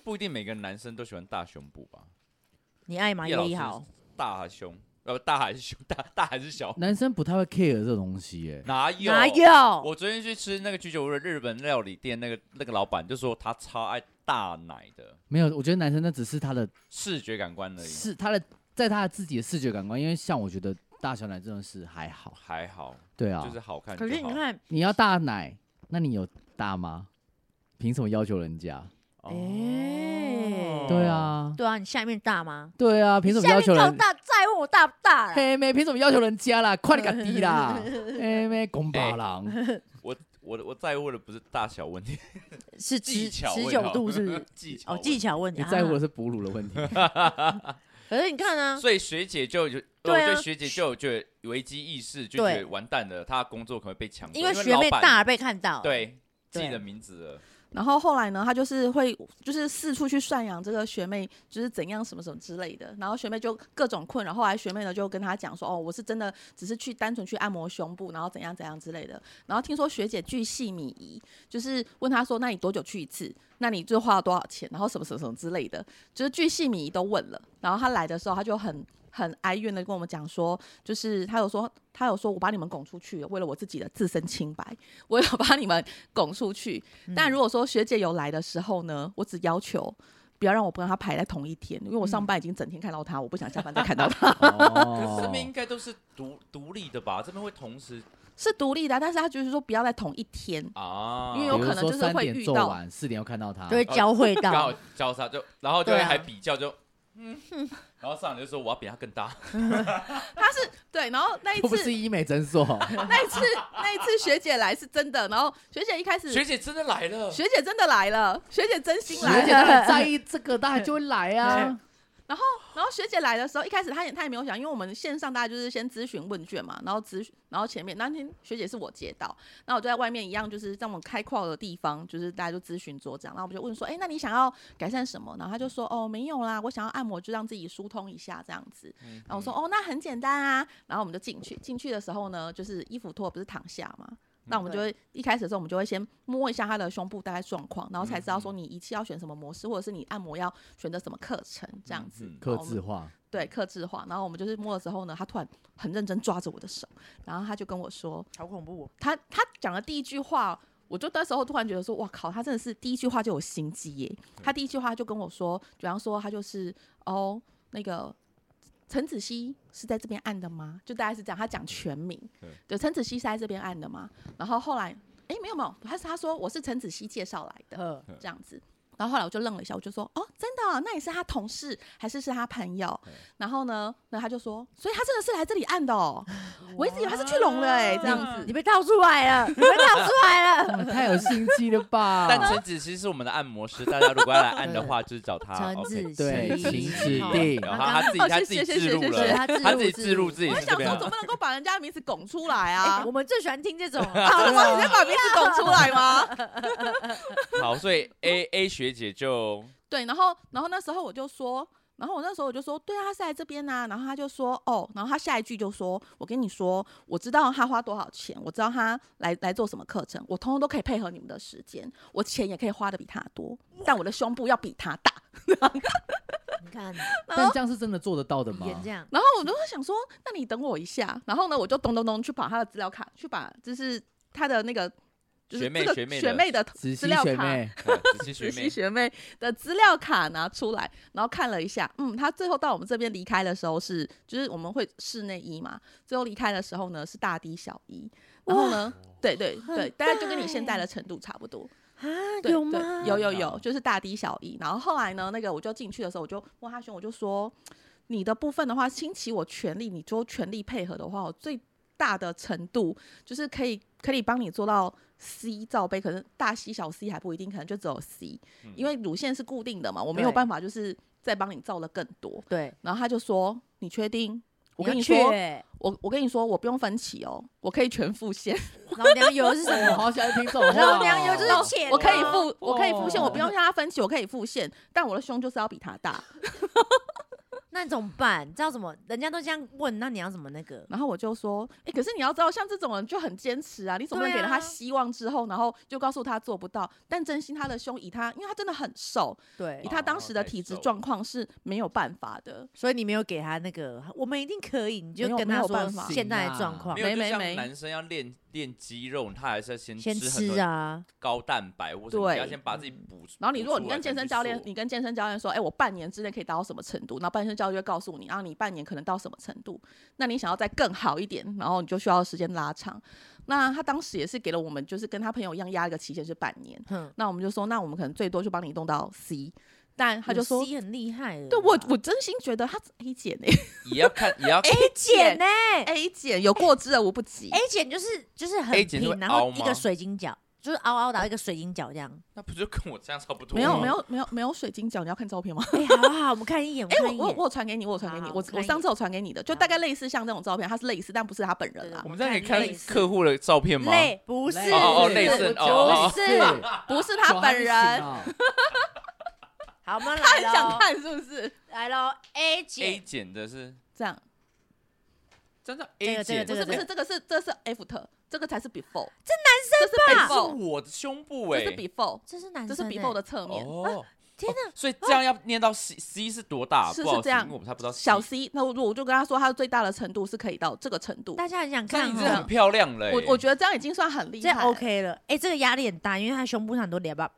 [SPEAKER 1] 不一定每个男生都喜欢大胸部吧？
[SPEAKER 3] 你爱吗？
[SPEAKER 1] 叶
[SPEAKER 3] 叶
[SPEAKER 1] 老
[SPEAKER 3] 一
[SPEAKER 1] 师
[SPEAKER 3] 豪，
[SPEAKER 1] 大胸，呃，大还是小，大大还是小？
[SPEAKER 4] 男生不太会 care 这种东西耶。
[SPEAKER 1] 哪有？
[SPEAKER 3] 哪有？
[SPEAKER 1] 我昨天去吃那个居酒屋的日本料理店，那个那个老板就说他超爱大奶的
[SPEAKER 4] 没有，我觉得男生那只是他的
[SPEAKER 1] 视觉感官而已，
[SPEAKER 4] 是他的，在他的自己的视觉感官，因为像我觉得大小奶这种事还好。
[SPEAKER 1] 还好，
[SPEAKER 4] 对啊，
[SPEAKER 1] 就是好看就
[SPEAKER 3] 可
[SPEAKER 1] 好。
[SPEAKER 3] 是你看，
[SPEAKER 4] 你要大奶，那你有大吗？凭什么要求人家？
[SPEAKER 1] 哦，
[SPEAKER 3] 哎
[SPEAKER 4] 对啊，
[SPEAKER 3] 对啊，你下面大吗？
[SPEAKER 4] 对啊，凭什么
[SPEAKER 3] 下
[SPEAKER 4] 要
[SPEAKER 3] 面
[SPEAKER 4] 求
[SPEAKER 3] 到
[SPEAKER 4] 人？
[SPEAKER 3] 大，再问我大不大啊啦？
[SPEAKER 4] 嘿妹，凭什么要求人家啦？快点给
[SPEAKER 3] (laughs)
[SPEAKER 4] 低啦！嘿妹，公巴郎，
[SPEAKER 1] 哎我我我在乎的不是大小问题，
[SPEAKER 3] 是
[SPEAKER 1] 技
[SPEAKER 3] 持
[SPEAKER 1] 巧
[SPEAKER 3] 持
[SPEAKER 1] 问
[SPEAKER 3] 久
[SPEAKER 1] 号？
[SPEAKER 3] 度是不是
[SPEAKER 1] (laughs) 技巧
[SPEAKER 3] (laughs) 哦，
[SPEAKER 1] 问
[SPEAKER 3] 技巧问题。
[SPEAKER 4] 你在乎的
[SPEAKER 3] 啊
[SPEAKER 4] 是哺乳的问题。
[SPEAKER 3] 可是你看啊，
[SPEAKER 1] 所以学姐就有，
[SPEAKER 3] 对啊
[SPEAKER 1] 我对学姐就有觉得危机意识，就觉
[SPEAKER 3] 对
[SPEAKER 1] 得完蛋了，她的工作可能会被抢走，
[SPEAKER 3] 因
[SPEAKER 1] 因
[SPEAKER 3] 为学
[SPEAKER 1] 老
[SPEAKER 3] 妹
[SPEAKER 1] 板
[SPEAKER 3] 大而被看到。，
[SPEAKER 1] 对自
[SPEAKER 3] 对
[SPEAKER 1] 己的名字了，
[SPEAKER 5] 然后后来呢，他就是会就是四处去涮扬这个学妹，就是怎样什么什么之类的。然后学妹就各种困扰，后来学妹呢就跟他讲说，哦，我是真的只是去单纯去按摩胸部，然后怎样怎样之类的。然后听说学姐巨细靡遗，就是问他说，那你多久去一次？那你最后花了多少钱？然后什么什么什么之类的，就是巨细靡遗都问了。然后他来的时候，他就很。很哀怨的跟我们讲说，就是他有说，他有说我把你们拱出去，为了我自己的自身清白，我有把你们拱出去。
[SPEAKER 4] 嗯
[SPEAKER 5] 但如果说学姐有来的时候呢，我只要求不要让我跟她排在同一天，因为我
[SPEAKER 4] 嗯
[SPEAKER 5] 上班已经整天看到她，我不想下班再看到
[SPEAKER 4] (laughs)
[SPEAKER 5] 她。
[SPEAKER 1] 可是这
[SPEAKER 4] 哦
[SPEAKER 1] 边应该都是独独立的吧？这边会同时
[SPEAKER 5] 是独立的啊，但是她就是说不要在同一天。
[SPEAKER 1] 啊，
[SPEAKER 5] 因为有
[SPEAKER 4] 比
[SPEAKER 5] 可
[SPEAKER 4] 如
[SPEAKER 5] 能就
[SPEAKER 4] 说
[SPEAKER 5] 是
[SPEAKER 4] 三
[SPEAKER 5] 会
[SPEAKER 4] 点
[SPEAKER 5] 遇
[SPEAKER 4] 做
[SPEAKER 5] 到
[SPEAKER 4] 完，四点又看到他
[SPEAKER 3] 就。会交汇
[SPEAKER 1] (laughs) 刚
[SPEAKER 3] 到
[SPEAKER 1] 好。交叉就，然后就会
[SPEAKER 3] 对啊
[SPEAKER 1] 还比较就，嗯，然后上来就说我要比他更
[SPEAKER 5] (laughs)
[SPEAKER 1] 大，
[SPEAKER 5] 她是对，然后那一
[SPEAKER 4] 又 (laughs) 不
[SPEAKER 5] 次
[SPEAKER 4] 是医美诊所，
[SPEAKER 5] (laughs) 那一次那一次学姐来是真的，然后学姐一开始
[SPEAKER 1] 学姐真的来了，
[SPEAKER 5] 学姐真的来了，学姐真心来
[SPEAKER 4] 学
[SPEAKER 5] 了
[SPEAKER 4] 姐。当然在意这个，当然就会
[SPEAKER 5] 哎
[SPEAKER 4] 来 (laughs) 啊。
[SPEAKER 5] 然后，然后学姐来的时候，一开始她也她也没有想，因为我们线上大家就是先咨询问卷嘛，然后咨询，然后前面那天学姐是我接到，然后我就在外面一样，就是在我们开阔的地方，就是大家就咨询桌这样，然后我们就问说，哎，那你想要改善什么？然后她就说，哦，没有啦，我想要按摩，就让自己疏通一下这样子。
[SPEAKER 1] 嗯
[SPEAKER 4] 哎
[SPEAKER 5] 然后我说，哦，那很简单啊。然后我们就进去，进去的时候呢，就是衣服脱了不是躺下嘛。
[SPEAKER 1] 嗯
[SPEAKER 5] 那我们就会一开始的时候，我们就会先摸一下她的胸部大概状况，然后才知道说
[SPEAKER 1] 嗯
[SPEAKER 5] 你仪器要选什么模式，或者是你按摩要选择什么课程这样子
[SPEAKER 1] 嗯嗯。
[SPEAKER 4] 克
[SPEAKER 5] 然后我们
[SPEAKER 4] 制化，
[SPEAKER 5] 对，克制化。然后我们就是摸的时候呢，他突然很认真抓着我的手，然后他就跟我说，
[SPEAKER 3] (laughs) 好恐怖、哦！
[SPEAKER 5] 他他讲的第一句话，我就那时候突然觉得说，哇靠，他真的是第一句话就有心机耶。他第一句话就跟我说，比方说他就是哦，那个陈子希是在这边按的吗？就大概是这样，他讲全名
[SPEAKER 1] 对，
[SPEAKER 5] 对，陈子希是在这边按的吗？然后后来，哎，没有没有，他是他说我是陈子希介绍来的，
[SPEAKER 3] 呃，
[SPEAKER 1] 嗯
[SPEAKER 5] 这样子。然后后来我就愣了一下，我就说：“哦，真的哦、那你是他同事还是是他朋友
[SPEAKER 1] 对？”
[SPEAKER 5] 然后呢，那他就说：“所以他真的是来这里按
[SPEAKER 1] (laughs)
[SPEAKER 5] 的哦。”我一直以为他是去聋了
[SPEAKER 4] 啊
[SPEAKER 5] 哎、这样
[SPEAKER 3] 你被套出来了，你被套出来 (laughs) 了。
[SPEAKER 4] 哇
[SPEAKER 5] 哦
[SPEAKER 4] 太有心机了
[SPEAKER 5] (laughs) 啊
[SPEAKER 4] 吧？
[SPEAKER 1] 但陈子希是我们的按摩师，大家如果要来按的话，就是找他。
[SPEAKER 5] (laughs)
[SPEAKER 3] 陈
[SPEAKER 1] OK
[SPEAKER 3] 子希，
[SPEAKER 4] 对
[SPEAKER 1] 请
[SPEAKER 4] 指
[SPEAKER 3] 好
[SPEAKER 4] 定
[SPEAKER 1] 然
[SPEAKER 3] 刚
[SPEAKER 1] 后
[SPEAKER 3] 刚
[SPEAKER 1] 他自己他自
[SPEAKER 5] 哦谢
[SPEAKER 1] 己
[SPEAKER 5] 谢
[SPEAKER 1] 自录
[SPEAKER 5] 谢谢
[SPEAKER 3] 对
[SPEAKER 1] 了，
[SPEAKER 3] 他自
[SPEAKER 1] 他自己
[SPEAKER 3] 录
[SPEAKER 1] 自录自己
[SPEAKER 5] 我
[SPEAKER 1] 是啊
[SPEAKER 5] 想
[SPEAKER 1] 怎么
[SPEAKER 5] 说，
[SPEAKER 1] 样
[SPEAKER 5] 总？不能够把人家的名字拱出来啊
[SPEAKER 3] 哎！我们最喜欢听这种 (laughs)
[SPEAKER 5] 好
[SPEAKER 3] 啊
[SPEAKER 5] 了 (laughs) 吗？你再把名字拱出来吗？
[SPEAKER 1] 好，所以 A A 学姐就
[SPEAKER 5] (laughs) 对，然后然后那时候我就说，然后我那时候我就说，对啊，他是来这边呐、然后他就说，哦，然后他下一句就说，我跟你说，我知道他花多少钱，我知道他来来做什么课程，我通通都可以配合你们的时间，我钱也可以花的比他多，但我的胸部要比他大。
[SPEAKER 3] 你看
[SPEAKER 4] 但这样是真的做得到的吗？
[SPEAKER 3] 演这样，
[SPEAKER 5] 然后我就会想说，那你等我一下。然后呢，我就咚咚咚去把他的资料卡，去把就是他的那个。就是
[SPEAKER 1] 学妹
[SPEAKER 5] 这个
[SPEAKER 1] 学妹的
[SPEAKER 5] 学妹的
[SPEAKER 4] 子
[SPEAKER 5] 资
[SPEAKER 4] 熙
[SPEAKER 5] 料
[SPEAKER 4] 学
[SPEAKER 5] 卡，
[SPEAKER 4] 妹，
[SPEAKER 1] 嗯子希学
[SPEAKER 5] 实习
[SPEAKER 1] 妹
[SPEAKER 5] 学妹的资料卡拿出来，然后看了一下，嗯，她最后到我们这边离开的时候是，就是我们会室内衣嘛，最后离开的时候呢是大低小衣，然后呢，对对对，大概就跟你现在的程度差不多，
[SPEAKER 3] 啊，
[SPEAKER 5] 对
[SPEAKER 3] 有
[SPEAKER 5] 对
[SPEAKER 3] 吗？
[SPEAKER 5] 有有有，就是大低小衣。然后后来呢，那个我就进去的时候，我就摸她胸，我就说，你的部分的话，倾其我全力，你就全力配合的话，我最大的程度就是可以可以帮你做到 C 罩杯，可能大 C 小 C 还不一定，可能就只有 C，、因为乳腺是固定的嘛，我没有
[SPEAKER 3] 对
[SPEAKER 5] 办法就是再帮你造的更多。
[SPEAKER 3] 对，
[SPEAKER 5] 然后他就说，你确定？我
[SPEAKER 3] 要
[SPEAKER 5] 跟你
[SPEAKER 3] 去
[SPEAKER 5] 说，
[SPEAKER 3] 欸
[SPEAKER 5] 我我跟你说，我不用分期哦，我可以全付现。
[SPEAKER 3] 老娘油是什
[SPEAKER 4] 我
[SPEAKER 3] 么？ (laughs)
[SPEAKER 4] 好喜欢听这种话
[SPEAKER 5] (laughs)
[SPEAKER 4] 哦。
[SPEAKER 3] 老娘油就是钱啊，
[SPEAKER 5] 我可以付，我可以付现，
[SPEAKER 4] 哦
[SPEAKER 5] 我不用向他分期，我可以付现，但我的胸就是要比他大。
[SPEAKER 3] 那你怎么办？知道怎么？人家都这样问，那你要怎么那个？
[SPEAKER 5] 然后我就说，哎、可是你要知道，像这种人就很坚持啊，你总不能
[SPEAKER 3] 对
[SPEAKER 5] 给
[SPEAKER 3] 啊
[SPEAKER 5] 了他希望之后，然后就告诉他做不到。但真心他的胸，以他，因为他真的很瘦，
[SPEAKER 3] 对
[SPEAKER 5] 以，他当
[SPEAKER 1] 哦
[SPEAKER 5] 时的
[SPEAKER 1] 太
[SPEAKER 5] 体质
[SPEAKER 1] 瘦了
[SPEAKER 5] 状况是没有办法的。
[SPEAKER 3] 所以你没有给他那个，我们一定可以，你就
[SPEAKER 5] 没有
[SPEAKER 3] 跟
[SPEAKER 5] 没
[SPEAKER 3] 他
[SPEAKER 5] 有
[SPEAKER 3] 说
[SPEAKER 5] 办法
[SPEAKER 3] 现在
[SPEAKER 4] 行
[SPEAKER 3] 的
[SPEAKER 4] 啊
[SPEAKER 3] 状况
[SPEAKER 1] 没，有，
[SPEAKER 5] 没
[SPEAKER 1] 就
[SPEAKER 5] 没
[SPEAKER 1] 像
[SPEAKER 5] 没
[SPEAKER 1] 男生要练练肌肉，他还是要先
[SPEAKER 3] 先
[SPEAKER 1] 很
[SPEAKER 3] 吃
[SPEAKER 1] 多
[SPEAKER 3] 啊，
[SPEAKER 1] 高蛋白，或者你
[SPEAKER 5] 对嗯
[SPEAKER 1] 要先把自己补。
[SPEAKER 5] 然后你如果
[SPEAKER 1] 补
[SPEAKER 5] 你
[SPEAKER 1] 出来
[SPEAKER 5] 跟健
[SPEAKER 1] 再
[SPEAKER 5] 身
[SPEAKER 1] 去
[SPEAKER 5] 教练
[SPEAKER 1] 做，
[SPEAKER 5] 你跟健身教练说，哎、我半年之内可以达到什么程度，然后半身教练就会告诉你，啊，你半年可能到什么程度，那你想要再更好一点，然后你就需要时间拉长。那他当时也是给了我们，就是跟他朋友一样压了一个期限是半年，
[SPEAKER 3] 哼，
[SPEAKER 5] 那我们就说，那我们可能最多就帮你弄到 C，但他就
[SPEAKER 3] 有
[SPEAKER 5] 说
[SPEAKER 3] C 很厉害的啦，
[SPEAKER 5] 对我，我真心觉得他是 A 减诶、
[SPEAKER 1] 也要看，也要
[SPEAKER 5] 哎
[SPEAKER 1] 看
[SPEAKER 3] A 减呢
[SPEAKER 5] (laughs) a 减有过之而无不及。
[SPEAKER 3] 欸，A 减就是就是很
[SPEAKER 1] A 减是
[SPEAKER 3] 平
[SPEAKER 1] 会，
[SPEAKER 3] 然后
[SPEAKER 1] 凹
[SPEAKER 3] 一
[SPEAKER 1] 吗
[SPEAKER 3] 个水晶角，就是凹凹打一个水晶角这样。
[SPEAKER 1] 那不就跟我这样差不多？
[SPEAKER 5] 没有没，有没有没有水晶角，你要看照片吗？
[SPEAKER 3] 哎，好好，我们看一眼，
[SPEAKER 5] 哎、
[SPEAKER 3] 看
[SPEAKER 5] 我
[SPEAKER 3] 一
[SPEAKER 5] 我
[SPEAKER 3] 眼
[SPEAKER 5] 我有传给你，我有传给你，
[SPEAKER 3] 好
[SPEAKER 5] 我
[SPEAKER 3] 看
[SPEAKER 5] 我
[SPEAKER 3] 一
[SPEAKER 5] 上
[SPEAKER 3] 眼
[SPEAKER 5] 次有传给你的，就大概类似像这种照片，它是类似，但不是他本人
[SPEAKER 3] 对
[SPEAKER 5] 啦
[SPEAKER 1] 我
[SPEAKER 3] 对，
[SPEAKER 1] 们这样可以
[SPEAKER 3] 看
[SPEAKER 1] 看
[SPEAKER 3] 类似
[SPEAKER 1] 客户的照片吗？
[SPEAKER 3] 累不是
[SPEAKER 1] 哦哦
[SPEAKER 3] 不
[SPEAKER 1] 类似
[SPEAKER 3] 是
[SPEAKER 1] 哦哦哦
[SPEAKER 3] 不是，
[SPEAKER 5] 不是他本人，
[SPEAKER 4] 啊
[SPEAKER 3] 好，我们
[SPEAKER 5] 他
[SPEAKER 3] 来
[SPEAKER 5] 很 (laughs) 想
[SPEAKER 3] 喽，
[SPEAKER 5] 看是不是？
[SPEAKER 3] 来喽，A
[SPEAKER 1] A
[SPEAKER 3] 减
[SPEAKER 1] 减的是
[SPEAKER 5] 这样
[SPEAKER 1] 真的
[SPEAKER 3] 这
[SPEAKER 1] A
[SPEAKER 3] 个这个
[SPEAKER 1] 减，
[SPEAKER 5] 不是不是，这个是这是 after，这个才是 before，这
[SPEAKER 1] 哎
[SPEAKER 5] 男
[SPEAKER 1] 是
[SPEAKER 5] 生吧？
[SPEAKER 1] 我的胸部
[SPEAKER 5] 这
[SPEAKER 1] 哎
[SPEAKER 5] 是，before，
[SPEAKER 3] 这是男
[SPEAKER 5] 这
[SPEAKER 3] 生、欸，
[SPEAKER 5] 是 before 的侧面，啊
[SPEAKER 1] 哦，
[SPEAKER 3] 天哪，
[SPEAKER 1] 所以这
[SPEAKER 5] (laughs)
[SPEAKER 1] 样要念到 C C 是多大？
[SPEAKER 5] 是
[SPEAKER 1] 不好意
[SPEAKER 5] 是
[SPEAKER 1] 思
[SPEAKER 5] 这样
[SPEAKER 1] 因为我们还不知道 C
[SPEAKER 5] 小 C。那我我就跟他说，他最大的程度是可以到这个程度。
[SPEAKER 3] 大家很想
[SPEAKER 1] 这样
[SPEAKER 3] 看
[SPEAKER 1] 已经
[SPEAKER 3] 哈
[SPEAKER 1] 很，漂亮了欸，
[SPEAKER 5] 啊我我觉得这样已经算很厉
[SPEAKER 3] 这
[SPEAKER 5] 害
[SPEAKER 3] 样 OK 了。哎、这个压力很大，因为他胸部上很多裂疤。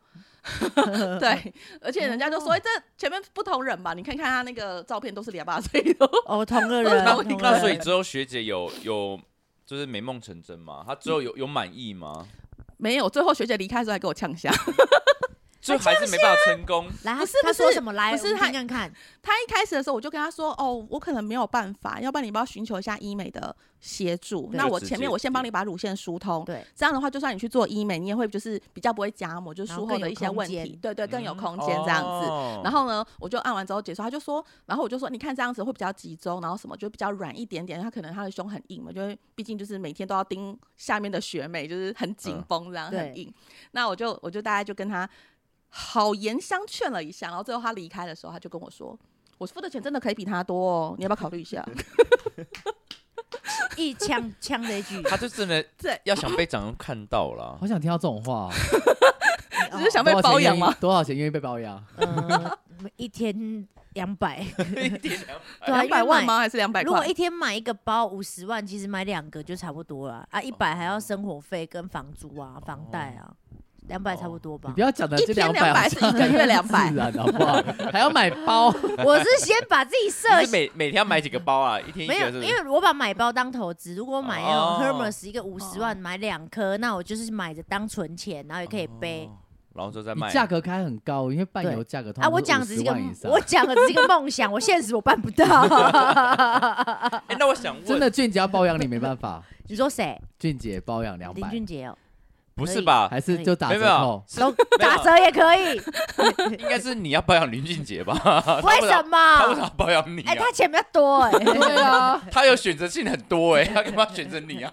[SPEAKER 5] 对， (laughs) 而且人家就
[SPEAKER 3] 嗯
[SPEAKER 5] 说，
[SPEAKER 3] 哦
[SPEAKER 5] 哎、这前面不同人吧？你看看他那个照片都是哑巴，所以都
[SPEAKER 3] 哦，同个
[SPEAKER 1] (laughs)
[SPEAKER 3] 人，
[SPEAKER 1] 那
[SPEAKER 3] 同
[SPEAKER 1] 那
[SPEAKER 3] 个
[SPEAKER 1] 所以
[SPEAKER 3] 人。
[SPEAKER 1] 之后学姐有有就是美梦成真吗？她之后有有满意吗？
[SPEAKER 5] (laughs) 没有。最后学姐离开的时候还给我呛下， (laughs)
[SPEAKER 1] 就还是没办法成功，
[SPEAKER 3] 来，他
[SPEAKER 5] 不是
[SPEAKER 3] 他
[SPEAKER 5] 不
[SPEAKER 3] 说
[SPEAKER 5] 是
[SPEAKER 3] 什么来？
[SPEAKER 5] 不是
[SPEAKER 3] 我们
[SPEAKER 5] 他
[SPEAKER 3] 听看看，
[SPEAKER 5] 她一开始的时候我就跟她说，哦，我可能没有办法，要不然你帮我寻求一下医美的协助。
[SPEAKER 3] 对
[SPEAKER 5] 那
[SPEAKER 1] 就
[SPEAKER 5] 我
[SPEAKER 1] 直
[SPEAKER 5] 前面
[SPEAKER 1] 接
[SPEAKER 5] 我先帮你把乳腺疏通，
[SPEAKER 3] 对，
[SPEAKER 5] 这样的话，就算你去做医美，你也会就是比较不会夹膜，就是
[SPEAKER 3] 然后
[SPEAKER 5] 术
[SPEAKER 3] 更
[SPEAKER 5] 后的
[SPEAKER 3] 有
[SPEAKER 5] 一些
[SPEAKER 3] 空
[SPEAKER 5] 问题
[SPEAKER 3] 间，
[SPEAKER 5] 对对，呃更有
[SPEAKER 1] 嗯
[SPEAKER 5] 空间这样子。
[SPEAKER 1] 哦
[SPEAKER 5] 然后呢，我就按完之后结束，他就说，然后我就说，你看这样子会比较集中，然后什么就比较软一点点。他可能他的胸很硬嘛，就会毕竟就是每天都要盯下面的学妹，就是很紧
[SPEAKER 1] 嗯
[SPEAKER 5] 绷这样、
[SPEAKER 3] 对
[SPEAKER 5] 很硬。那我就我就大概就跟他好言相劝了一下，然后最后他离开的时候，他就跟我说。我付的钱真的可以比他多哦，你要不要考虑一下？ (laughs)
[SPEAKER 3] 一枪枪这一句，
[SPEAKER 1] 她就真的
[SPEAKER 5] 对
[SPEAKER 1] 要想被掌声看到
[SPEAKER 4] (laughs)
[SPEAKER 1] 啦
[SPEAKER 4] 好。想听到这种话哦，
[SPEAKER 5] (laughs) 只是想
[SPEAKER 4] 多少钱
[SPEAKER 5] 被包养
[SPEAKER 4] 愿意
[SPEAKER 5] 吗？？
[SPEAKER 4] 多少钱愿意被包养？
[SPEAKER 3] 呃，一天两
[SPEAKER 1] (laughs)
[SPEAKER 3] 百，对啊
[SPEAKER 5] 两百万？吗？还是两
[SPEAKER 3] 因为买
[SPEAKER 5] 百
[SPEAKER 3] 如果
[SPEAKER 5] 块
[SPEAKER 3] 一？天买一个包五十万，其实买两个就差不多了
[SPEAKER 1] 哦
[SPEAKER 3] 啊，一百还要生活费跟房租啊、房贷啊，两百差不多吧
[SPEAKER 1] (laughs)
[SPEAKER 4] 你不。要讲的
[SPEAKER 5] 一
[SPEAKER 4] 这
[SPEAKER 5] 天
[SPEAKER 4] 百，
[SPEAKER 5] 200是一个月200
[SPEAKER 4] (laughs) 自然好不好？还要买包，
[SPEAKER 3] 我是先把自己设
[SPEAKER 1] 你是每每天要买几个包啊？一天一
[SPEAKER 3] 没有
[SPEAKER 1] 个，是不
[SPEAKER 3] 因
[SPEAKER 1] 是？
[SPEAKER 3] 为我把买包当投资，如果我买
[SPEAKER 1] 哦
[SPEAKER 3] 那种 Hermes 一个五十万买两颗，那我就是买着当存钱，然后也可以背。
[SPEAKER 1] 哦，然后就再
[SPEAKER 4] 你
[SPEAKER 1] 卖。
[SPEAKER 4] 价格开很高，因为伴游价格通
[SPEAKER 3] 啊，
[SPEAKER 4] 常
[SPEAKER 3] 我
[SPEAKER 4] 都
[SPEAKER 3] 讲
[SPEAKER 4] 是
[SPEAKER 3] 的只是
[SPEAKER 4] 五十
[SPEAKER 3] 一个
[SPEAKER 4] 万以，上
[SPEAKER 3] 我。讲的只是一个梦想，我现实我办不
[SPEAKER 1] (laughs)
[SPEAKER 3] 到。
[SPEAKER 1] 哎，那我想
[SPEAKER 4] (laughs) 真
[SPEAKER 1] 问，
[SPEAKER 4] 的，俊杰要包养你没办
[SPEAKER 5] (laughs)
[SPEAKER 4] 法，
[SPEAKER 3] 你说谁？
[SPEAKER 4] 俊杰包养两
[SPEAKER 3] 林
[SPEAKER 4] 百
[SPEAKER 3] 俊，杰哦，
[SPEAKER 1] 不是吧？
[SPEAKER 4] (laughs) 还是就打
[SPEAKER 1] 没有
[SPEAKER 4] 折
[SPEAKER 1] 没有
[SPEAKER 4] 扣？，
[SPEAKER 1] 是
[SPEAKER 3] 都
[SPEAKER 1] 没有
[SPEAKER 3] 打折也
[SPEAKER 1] (laughs)
[SPEAKER 3] 可以， (laughs)
[SPEAKER 1] 应该是你要包养林俊杰吧？他
[SPEAKER 3] 为
[SPEAKER 1] 不
[SPEAKER 3] 什
[SPEAKER 1] (laughs) 他为什
[SPEAKER 3] 么
[SPEAKER 1] 么？包养你
[SPEAKER 3] 哎，
[SPEAKER 1] 啊？
[SPEAKER 3] 他钱比较多
[SPEAKER 1] (laughs)
[SPEAKER 3] 哎。
[SPEAKER 4] 对
[SPEAKER 5] (laughs)
[SPEAKER 4] 啊，
[SPEAKER 1] 他有选择性很多哎，他干嘛选择你啊？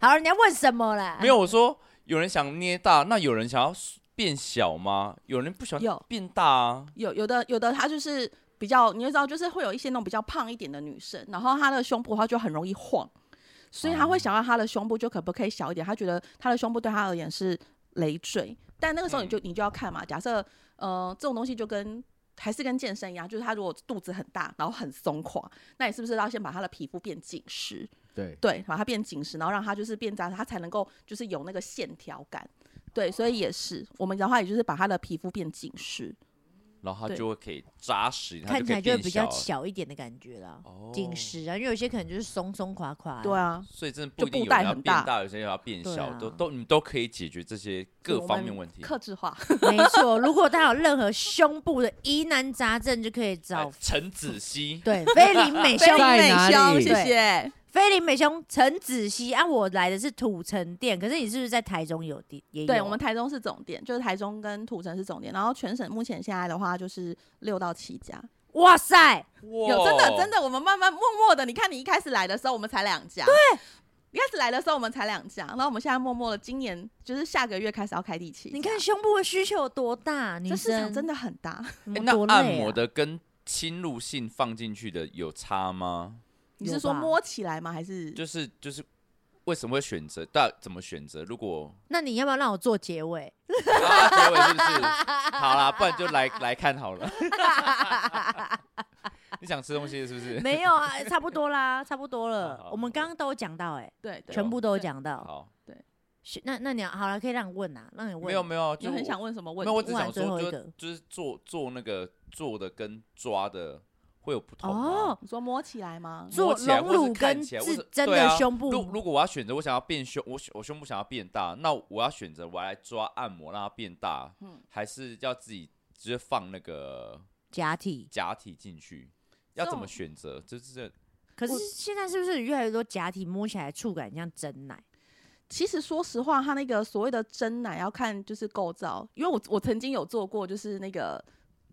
[SPEAKER 3] 好，人家问什么啦？
[SPEAKER 1] 没有，我说有人想捏大，那有人想要变小吗？有人不喜
[SPEAKER 5] 有
[SPEAKER 1] 欢变大啊？
[SPEAKER 5] 有有的有的她就是比较，你就知道，就是会有一些那种比较胖一点的女生，然后她的胸部的话就很容易晃，所以她会想要她的胸部就可不可以小一点？她觉得她的胸部对她而言是累赘，但那个时候你就你就要看嘛。假设呃这种东西就跟还是跟健身一样，就是她如果肚子很大，然后很松垮，那你是不是要先把她的皮肤变紧实？
[SPEAKER 4] 对，
[SPEAKER 5] 对，把它变紧实，然后让它就是变扎实，它才能够就是有那个线条感。对，所以也是我们的话，也就是把她的皮肤变紧实。
[SPEAKER 1] 然后他
[SPEAKER 5] 对
[SPEAKER 1] 就会可以扎实，他
[SPEAKER 3] 看起来就
[SPEAKER 1] 就
[SPEAKER 3] 会
[SPEAKER 1] 可以
[SPEAKER 3] 比
[SPEAKER 1] 变
[SPEAKER 3] 较
[SPEAKER 1] 了
[SPEAKER 3] 小一点的感觉啦，
[SPEAKER 1] 哦
[SPEAKER 3] 紧。实啊，因为有些可能就是松松垮垮。
[SPEAKER 5] 对，啊，
[SPEAKER 1] 所以真的
[SPEAKER 5] 就
[SPEAKER 1] 不一定
[SPEAKER 5] 布
[SPEAKER 1] 有
[SPEAKER 5] 袋
[SPEAKER 1] 人要
[SPEAKER 5] 很
[SPEAKER 1] 变
[SPEAKER 5] 大
[SPEAKER 1] 大，有些人要变
[SPEAKER 3] 对
[SPEAKER 1] 小，
[SPEAKER 3] 啊
[SPEAKER 1] 都都你都可以解决这些各方面问题。哎
[SPEAKER 5] 克制 (laughs) 化，
[SPEAKER 3] 没错，如果他有任何胸部的疑难杂症，就可以找
[SPEAKER 1] 呃陈子希，
[SPEAKER 3] (laughs) 对菲林
[SPEAKER 1] (laughs)
[SPEAKER 3] 美胸
[SPEAKER 4] 菲，林在哪里
[SPEAKER 5] 谢谢。
[SPEAKER 3] 菲林美胸陈子希啊，我来的是土城店，可是你是不是在台中有店？也有
[SPEAKER 5] 对我们台中是总店，就是台中跟土城是总店，然后全省目前现在的话就是六到七家，
[SPEAKER 3] 哇塞，
[SPEAKER 1] 哦
[SPEAKER 5] 有真的真
[SPEAKER 1] 的，
[SPEAKER 5] 的，我们慢慢默默的，你看你一开始来的时候我们才两家，对，一开始来的时候我们才两家，然后我们现在默默的，今年就是下个月开始要开第七家，
[SPEAKER 3] 你看胸部的需求有多大，女
[SPEAKER 5] 这市
[SPEAKER 3] 生
[SPEAKER 5] 场真的很大，
[SPEAKER 3] 我
[SPEAKER 1] 诶
[SPEAKER 3] 们
[SPEAKER 1] 哎那
[SPEAKER 3] 多累啊
[SPEAKER 1] 按摩的跟侵入性放进去的有差吗？
[SPEAKER 5] 你是
[SPEAKER 3] 有
[SPEAKER 5] 说
[SPEAKER 3] 吧
[SPEAKER 5] 摸起来吗？还是
[SPEAKER 1] 就是就是为什么会选择？但怎么选择？如果
[SPEAKER 3] 那你要不要让我做结尾？
[SPEAKER 1] 啊，结尾是不
[SPEAKER 5] (laughs)
[SPEAKER 1] 是？好啦，不然就来来看好了。 (laughs) 你想吃东西是不 (laughs) 是？
[SPEAKER 3] 没有啊，差不多啦，差不多
[SPEAKER 1] 好
[SPEAKER 3] 了
[SPEAKER 1] 好。
[SPEAKER 3] 我们刚刚都有讲到，哎，
[SPEAKER 5] 对对，
[SPEAKER 3] 全部都有
[SPEAKER 5] 对
[SPEAKER 3] 讲到。
[SPEAKER 1] 好，
[SPEAKER 3] 是那那你要好了，可以让你问啊，让你问。
[SPEAKER 1] 没有没有，
[SPEAKER 5] 你
[SPEAKER 1] 就
[SPEAKER 5] 很
[SPEAKER 1] 我
[SPEAKER 5] 想问什么问
[SPEAKER 1] 没有，我
[SPEAKER 5] 题？
[SPEAKER 1] 只想
[SPEAKER 3] 问完最
[SPEAKER 1] 说，
[SPEAKER 3] 后
[SPEAKER 1] 就
[SPEAKER 3] 一个
[SPEAKER 1] 就是做做那个做的跟抓的会有不同啊吗
[SPEAKER 3] 哦，
[SPEAKER 5] 你说摸起来吗？
[SPEAKER 3] 做
[SPEAKER 1] 摸起来
[SPEAKER 3] 隆
[SPEAKER 1] 或是
[SPEAKER 3] 乳
[SPEAKER 1] 看
[SPEAKER 3] 跟
[SPEAKER 1] 起来或
[SPEAKER 3] 自
[SPEAKER 1] 是
[SPEAKER 3] 真
[SPEAKER 1] 对
[SPEAKER 3] 的
[SPEAKER 1] 啊
[SPEAKER 3] 胸部
[SPEAKER 1] 如如果我要选择，我想要变胸，我我胸部想要变大，那我要选择我要来抓按摩让它变大，
[SPEAKER 5] 嗯
[SPEAKER 1] 还是要自己直接放那个
[SPEAKER 3] 假体，
[SPEAKER 1] 假体进去？要
[SPEAKER 5] 这
[SPEAKER 1] 怎么
[SPEAKER 5] 种
[SPEAKER 1] 选择？就是这
[SPEAKER 3] 可是
[SPEAKER 5] 我
[SPEAKER 3] 现在是不是越来越多假体摸起来触感像真奶？
[SPEAKER 5] 其实说实话，它那个所谓的真奶要看就是构造，因为我我曾经有做过，就是那个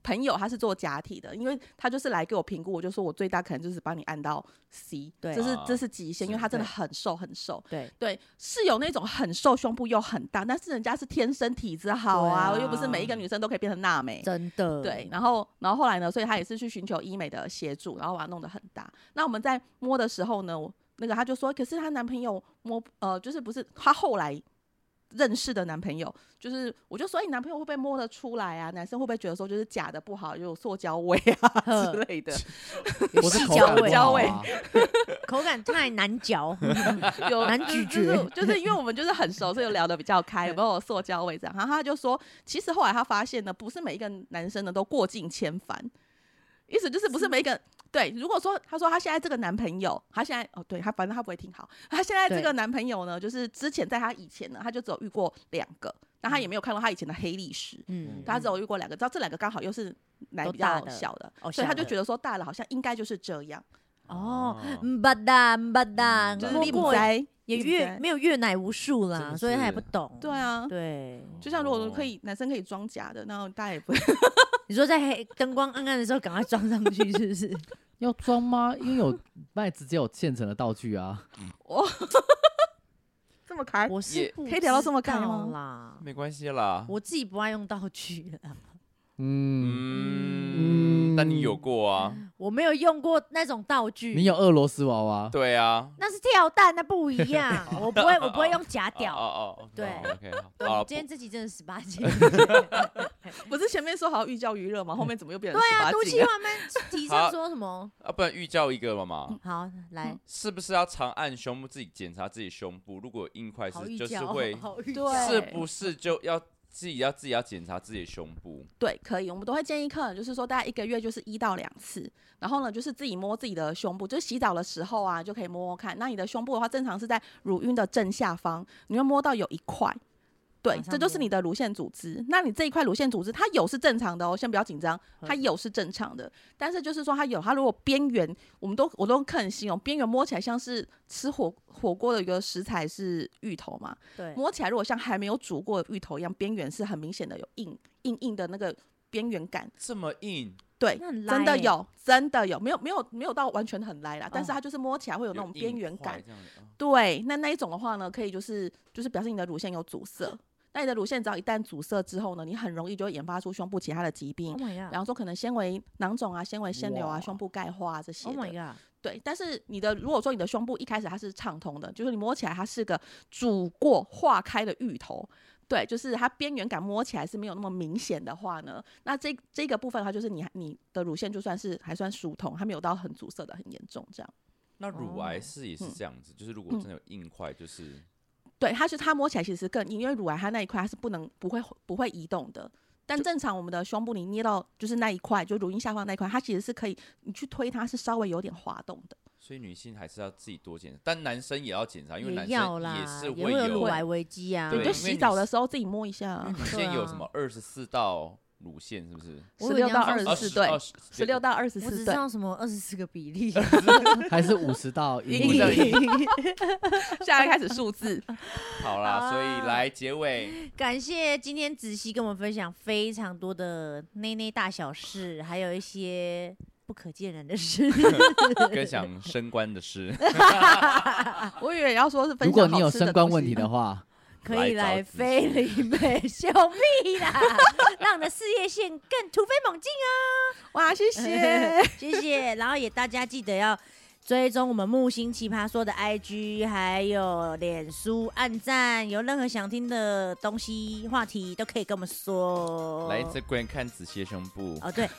[SPEAKER 5] 朋友他是做假体的，因为他就是来给我评估，我就说我最大可能就是帮你按到 C，
[SPEAKER 3] 对
[SPEAKER 5] 这是
[SPEAKER 1] 啊
[SPEAKER 5] 这是极限，因为
[SPEAKER 1] 是
[SPEAKER 5] 他真的
[SPEAKER 3] 对
[SPEAKER 5] 很瘦很瘦。
[SPEAKER 3] 对，
[SPEAKER 5] 对，是有那种很瘦，胸部又很大，但是人家是天生体质好啊，
[SPEAKER 3] 对啊
[SPEAKER 5] 又不是每一个女生都可以变成娜美。
[SPEAKER 3] 真的。
[SPEAKER 5] 对，，然后，然后后来呢？所以他也是去寻求医美的协助，然后把它弄得很大。那我们在摸的时候呢，我那个她就说，可是她男朋友摸，呃，就是不是她后来认识的男朋友，就是我就说哎你男朋友会不会摸得出来啊？男生会不会觉得说就是假的不好，有塑胶味啊
[SPEAKER 3] 呵
[SPEAKER 5] 之类的？
[SPEAKER 4] 我是
[SPEAKER 3] 细
[SPEAKER 4] 口
[SPEAKER 3] 胶
[SPEAKER 4] 感
[SPEAKER 3] 味
[SPEAKER 4] 不好
[SPEAKER 5] 味
[SPEAKER 4] 啊
[SPEAKER 3] 口感太难嚼，嗯
[SPEAKER 5] 有嗯
[SPEAKER 3] 难
[SPEAKER 5] 就是
[SPEAKER 3] 咀嚼
[SPEAKER 5] 就是就是因为我们就是很熟，所以聊得比较开，有没有塑胶味这样？然后他就说，其实后来他发现呢，不是每一个男生呢都过尽千帆，意思就是不是每一个。对，如果说他说他现在这个男朋友，他现在哦，对他反正他不会听好，他现在这
[SPEAKER 3] 对
[SPEAKER 5] 个男朋友呢，就是之前在他以前呢，他就只有遇过两个，那他也
[SPEAKER 3] 嗯
[SPEAKER 5] 没有看到他以前的黑历史，
[SPEAKER 3] 嗯，
[SPEAKER 5] 他只有遇过两个，知道这两个刚好又是奶
[SPEAKER 3] 都
[SPEAKER 5] 比
[SPEAKER 3] 大
[SPEAKER 5] 较
[SPEAKER 3] 的
[SPEAKER 5] 小的，
[SPEAKER 3] 哦
[SPEAKER 5] 所以他
[SPEAKER 3] 小
[SPEAKER 5] 就
[SPEAKER 3] 的
[SPEAKER 5] 觉得说大了好像应该就是这样，
[SPEAKER 3] 哦，嗯不哒嗯不哒，
[SPEAKER 5] 就是
[SPEAKER 1] 摸
[SPEAKER 5] 你不
[SPEAKER 3] 过
[SPEAKER 5] 在
[SPEAKER 3] 也
[SPEAKER 5] 你不
[SPEAKER 3] 越
[SPEAKER 5] 在
[SPEAKER 3] 没有越奶无数
[SPEAKER 1] 真
[SPEAKER 3] 啦，
[SPEAKER 1] 的
[SPEAKER 3] 所以他也
[SPEAKER 1] 是
[SPEAKER 3] 不懂。
[SPEAKER 5] 对啊，
[SPEAKER 3] 对，
[SPEAKER 5] 就像如
[SPEAKER 3] 哦
[SPEAKER 5] 果可
[SPEAKER 1] 以，
[SPEAKER 5] 以，男生可以装假的，那大家也不会。 (laughs)
[SPEAKER 3] 你说在黑灯光暗暗的时候赶快装上去，是不
[SPEAKER 5] (laughs)
[SPEAKER 3] 是？
[SPEAKER 4] (laughs) 要装吗？因为有卖直接有现成的道具啊，
[SPEAKER 5] 这么开
[SPEAKER 3] 我
[SPEAKER 1] 也
[SPEAKER 3] 是不
[SPEAKER 5] 哎可以聊到这么
[SPEAKER 3] 知
[SPEAKER 5] 开吗
[SPEAKER 3] 道啦，
[SPEAKER 1] 哦没关系啦。
[SPEAKER 3] 我自己不爱用道具啦，
[SPEAKER 4] 嗯，
[SPEAKER 1] 嗯，但你有过啊？
[SPEAKER 3] 我没有用过那种道具。
[SPEAKER 4] 你有俄罗斯娃娃，
[SPEAKER 1] 对啊。
[SPEAKER 3] 那是跳蛋，那不一
[SPEAKER 1] (laughs)
[SPEAKER 3] 样。我不会，我不会用假
[SPEAKER 1] 哦
[SPEAKER 3] 屌。
[SPEAKER 1] 哦哦，
[SPEAKER 3] 对 (laughs)
[SPEAKER 1] 哦，OK，好
[SPEAKER 3] 对
[SPEAKER 1] 好，
[SPEAKER 3] 今天
[SPEAKER 1] 不
[SPEAKER 3] 这集真的十
[SPEAKER 1] (laughs)
[SPEAKER 3] 八禁。啊
[SPEAKER 5] 不是前面说好寓教于乐吗？后面怎么又变
[SPEAKER 3] 对
[SPEAKER 5] 成十
[SPEAKER 3] 啊，
[SPEAKER 5] 八
[SPEAKER 3] 毒气
[SPEAKER 5] 禁啊？
[SPEAKER 3] 慢慢提升说什么？
[SPEAKER 1] 啊，不然预教一个嘛嘛，
[SPEAKER 3] 好，来，
[SPEAKER 1] 是不是要常按胸部自己检查自己胸部？如果有硬块
[SPEAKER 3] 好
[SPEAKER 1] 是
[SPEAKER 3] 预
[SPEAKER 1] 就是
[SPEAKER 3] 教
[SPEAKER 1] 会
[SPEAKER 3] 哦，， (laughs) 好预
[SPEAKER 5] 对
[SPEAKER 3] 教
[SPEAKER 1] 是不是就要自己要自己要检查自己的胸部？
[SPEAKER 5] 对，可以，我们都会建议客人，就是说大概一个月就是一到两次，然后呢，就是自己摸自己的胸部，就是洗澡的时候啊，就可以摸摸看。那你的胸部的话，正常是在乳晕的正下方，你会摸到有一块。对
[SPEAKER 3] 往，上
[SPEAKER 5] 这就
[SPEAKER 3] 摸
[SPEAKER 5] 是你的乳腺组织。那你这一块乳腺组织，它有是正常的哦，先不要紧张，它
[SPEAKER 3] 嗯
[SPEAKER 5] 有是正常的。但是就是说，它有，它如果边缘，我们都我都很形容，边缘摸起来像是吃火火锅的一个食材是芋头嘛，
[SPEAKER 3] 对，
[SPEAKER 5] 摸起来如果像还没有煮过的芋头一样，边缘是很明显的有硬硬硬的那个边缘感。
[SPEAKER 1] 这么硬，
[SPEAKER 5] 对，
[SPEAKER 3] 那很拉欸
[SPEAKER 5] 真的
[SPEAKER 3] 耶
[SPEAKER 5] 有，真的有，没有没有没有到完全很来啦，但是
[SPEAKER 3] 哦
[SPEAKER 5] 它就是摸起来会有那种边
[SPEAKER 1] 硬
[SPEAKER 5] 缘
[SPEAKER 1] 块
[SPEAKER 5] 感。
[SPEAKER 1] 这样子。哦
[SPEAKER 5] 对，那那一种的话呢，可以就是就是表示你的乳腺有阻塞。那你的乳腺只要一旦阻塞之后呢，你很容易就会研发出胸部其他的疾病
[SPEAKER 3] Oh，my
[SPEAKER 5] 比方说可能纤维囊肿啊、纤维腺瘤啊、
[SPEAKER 4] 哇
[SPEAKER 5] 胸部钙化、啊、这些
[SPEAKER 3] god！Oh
[SPEAKER 5] 的。
[SPEAKER 3] Oh my god！
[SPEAKER 5] 对，但是你的如果说你的胸部一开始它是畅通的，就是你摸起来它是个煮过化开的芋头，对，就是它边缘感摸起来是没有那么明显的话呢，那这这个部分它就是你你的乳腺就算是还算疏通，它没有到很阻塞的很严重这样。
[SPEAKER 3] 哦
[SPEAKER 1] 那乳癌是也是
[SPEAKER 5] 嗯
[SPEAKER 1] 这样子，就是如果真的有硬块，就是
[SPEAKER 5] 对，它是它摸起来其实更硬，因为乳癌它那一块它是不能不会不会移动的。但正常我们的胸部你捏到就是那一块，就乳晕下方那一块，它其实是可以，你去推它是稍微有点滑动的。
[SPEAKER 1] 所以女性还是要自己多检查，但男生也要检查，因为
[SPEAKER 3] 也
[SPEAKER 1] 男
[SPEAKER 3] 要
[SPEAKER 1] 生
[SPEAKER 3] 啦，
[SPEAKER 1] 是
[SPEAKER 3] 也
[SPEAKER 1] 会
[SPEAKER 3] 有
[SPEAKER 1] 有
[SPEAKER 3] 乳癌危机啊。
[SPEAKER 1] 对
[SPEAKER 5] 对，就
[SPEAKER 1] 因为
[SPEAKER 5] 洗
[SPEAKER 1] 你
[SPEAKER 5] 澡
[SPEAKER 1] 是嗯
[SPEAKER 5] 的时候自己摸一下
[SPEAKER 1] 因
[SPEAKER 5] 啊
[SPEAKER 1] 为。女
[SPEAKER 3] 对
[SPEAKER 1] 性
[SPEAKER 3] 啊
[SPEAKER 1] 有什么二十四道乳腺是不是？
[SPEAKER 3] 我
[SPEAKER 5] 十
[SPEAKER 3] 以为
[SPEAKER 5] 六
[SPEAKER 3] 你
[SPEAKER 5] 到
[SPEAKER 3] 要
[SPEAKER 5] 二
[SPEAKER 3] 说
[SPEAKER 5] 十四哦对，十
[SPEAKER 1] 十
[SPEAKER 5] 六到二十
[SPEAKER 3] 我只
[SPEAKER 5] 四
[SPEAKER 3] 知
[SPEAKER 5] 对，
[SPEAKER 3] 道什么二十四个
[SPEAKER 1] (laughs)
[SPEAKER 3] 比例，
[SPEAKER 4] 还是五十到一
[SPEAKER 5] (laughs)
[SPEAKER 1] 一
[SPEAKER 4] 的
[SPEAKER 1] 个一
[SPEAKER 5] (laughs) 现在开始数字。
[SPEAKER 1] 好啦，所以
[SPEAKER 3] 啊
[SPEAKER 1] 来结尾。
[SPEAKER 3] 感谢今天子熙跟我们分享非常多的内内大小事，还有一些不可见人的事。
[SPEAKER 1] 跟想升官的事，
[SPEAKER 5] (laughs) (laughs) 我以为要说是分享
[SPEAKER 4] 如果你有
[SPEAKER 5] 好吃的
[SPEAKER 4] 升官
[SPEAKER 5] 东
[SPEAKER 4] 问
[SPEAKER 5] 西
[SPEAKER 4] 题的话，
[SPEAKER 3] 可以来
[SPEAKER 1] 来找子
[SPEAKER 3] 飞
[SPEAKER 1] 熙
[SPEAKER 3] 李美秀屁啦，让你的事业线更突飞猛进啊！
[SPEAKER 5] 哇，谢 (laughs) 谢。
[SPEAKER 3] 谢谢。然后也大家记得要追踪我们木星奇葩说的 IG，还有脸书，按赞。有任何想听的东西、话题都可以跟我们说。
[SPEAKER 1] 来 Instagram 看子熙的胸部，
[SPEAKER 3] 哦，对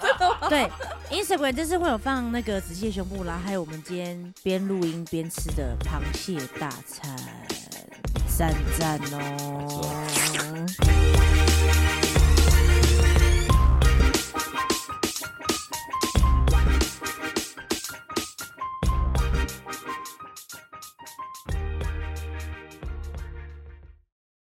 [SPEAKER 3] (laughs) 对，Instagram 这次会有放那个子蟹胸部，然后还有我们今天边录音边吃的螃蟹大餐，赞赞
[SPEAKER 1] 不
[SPEAKER 3] 哦。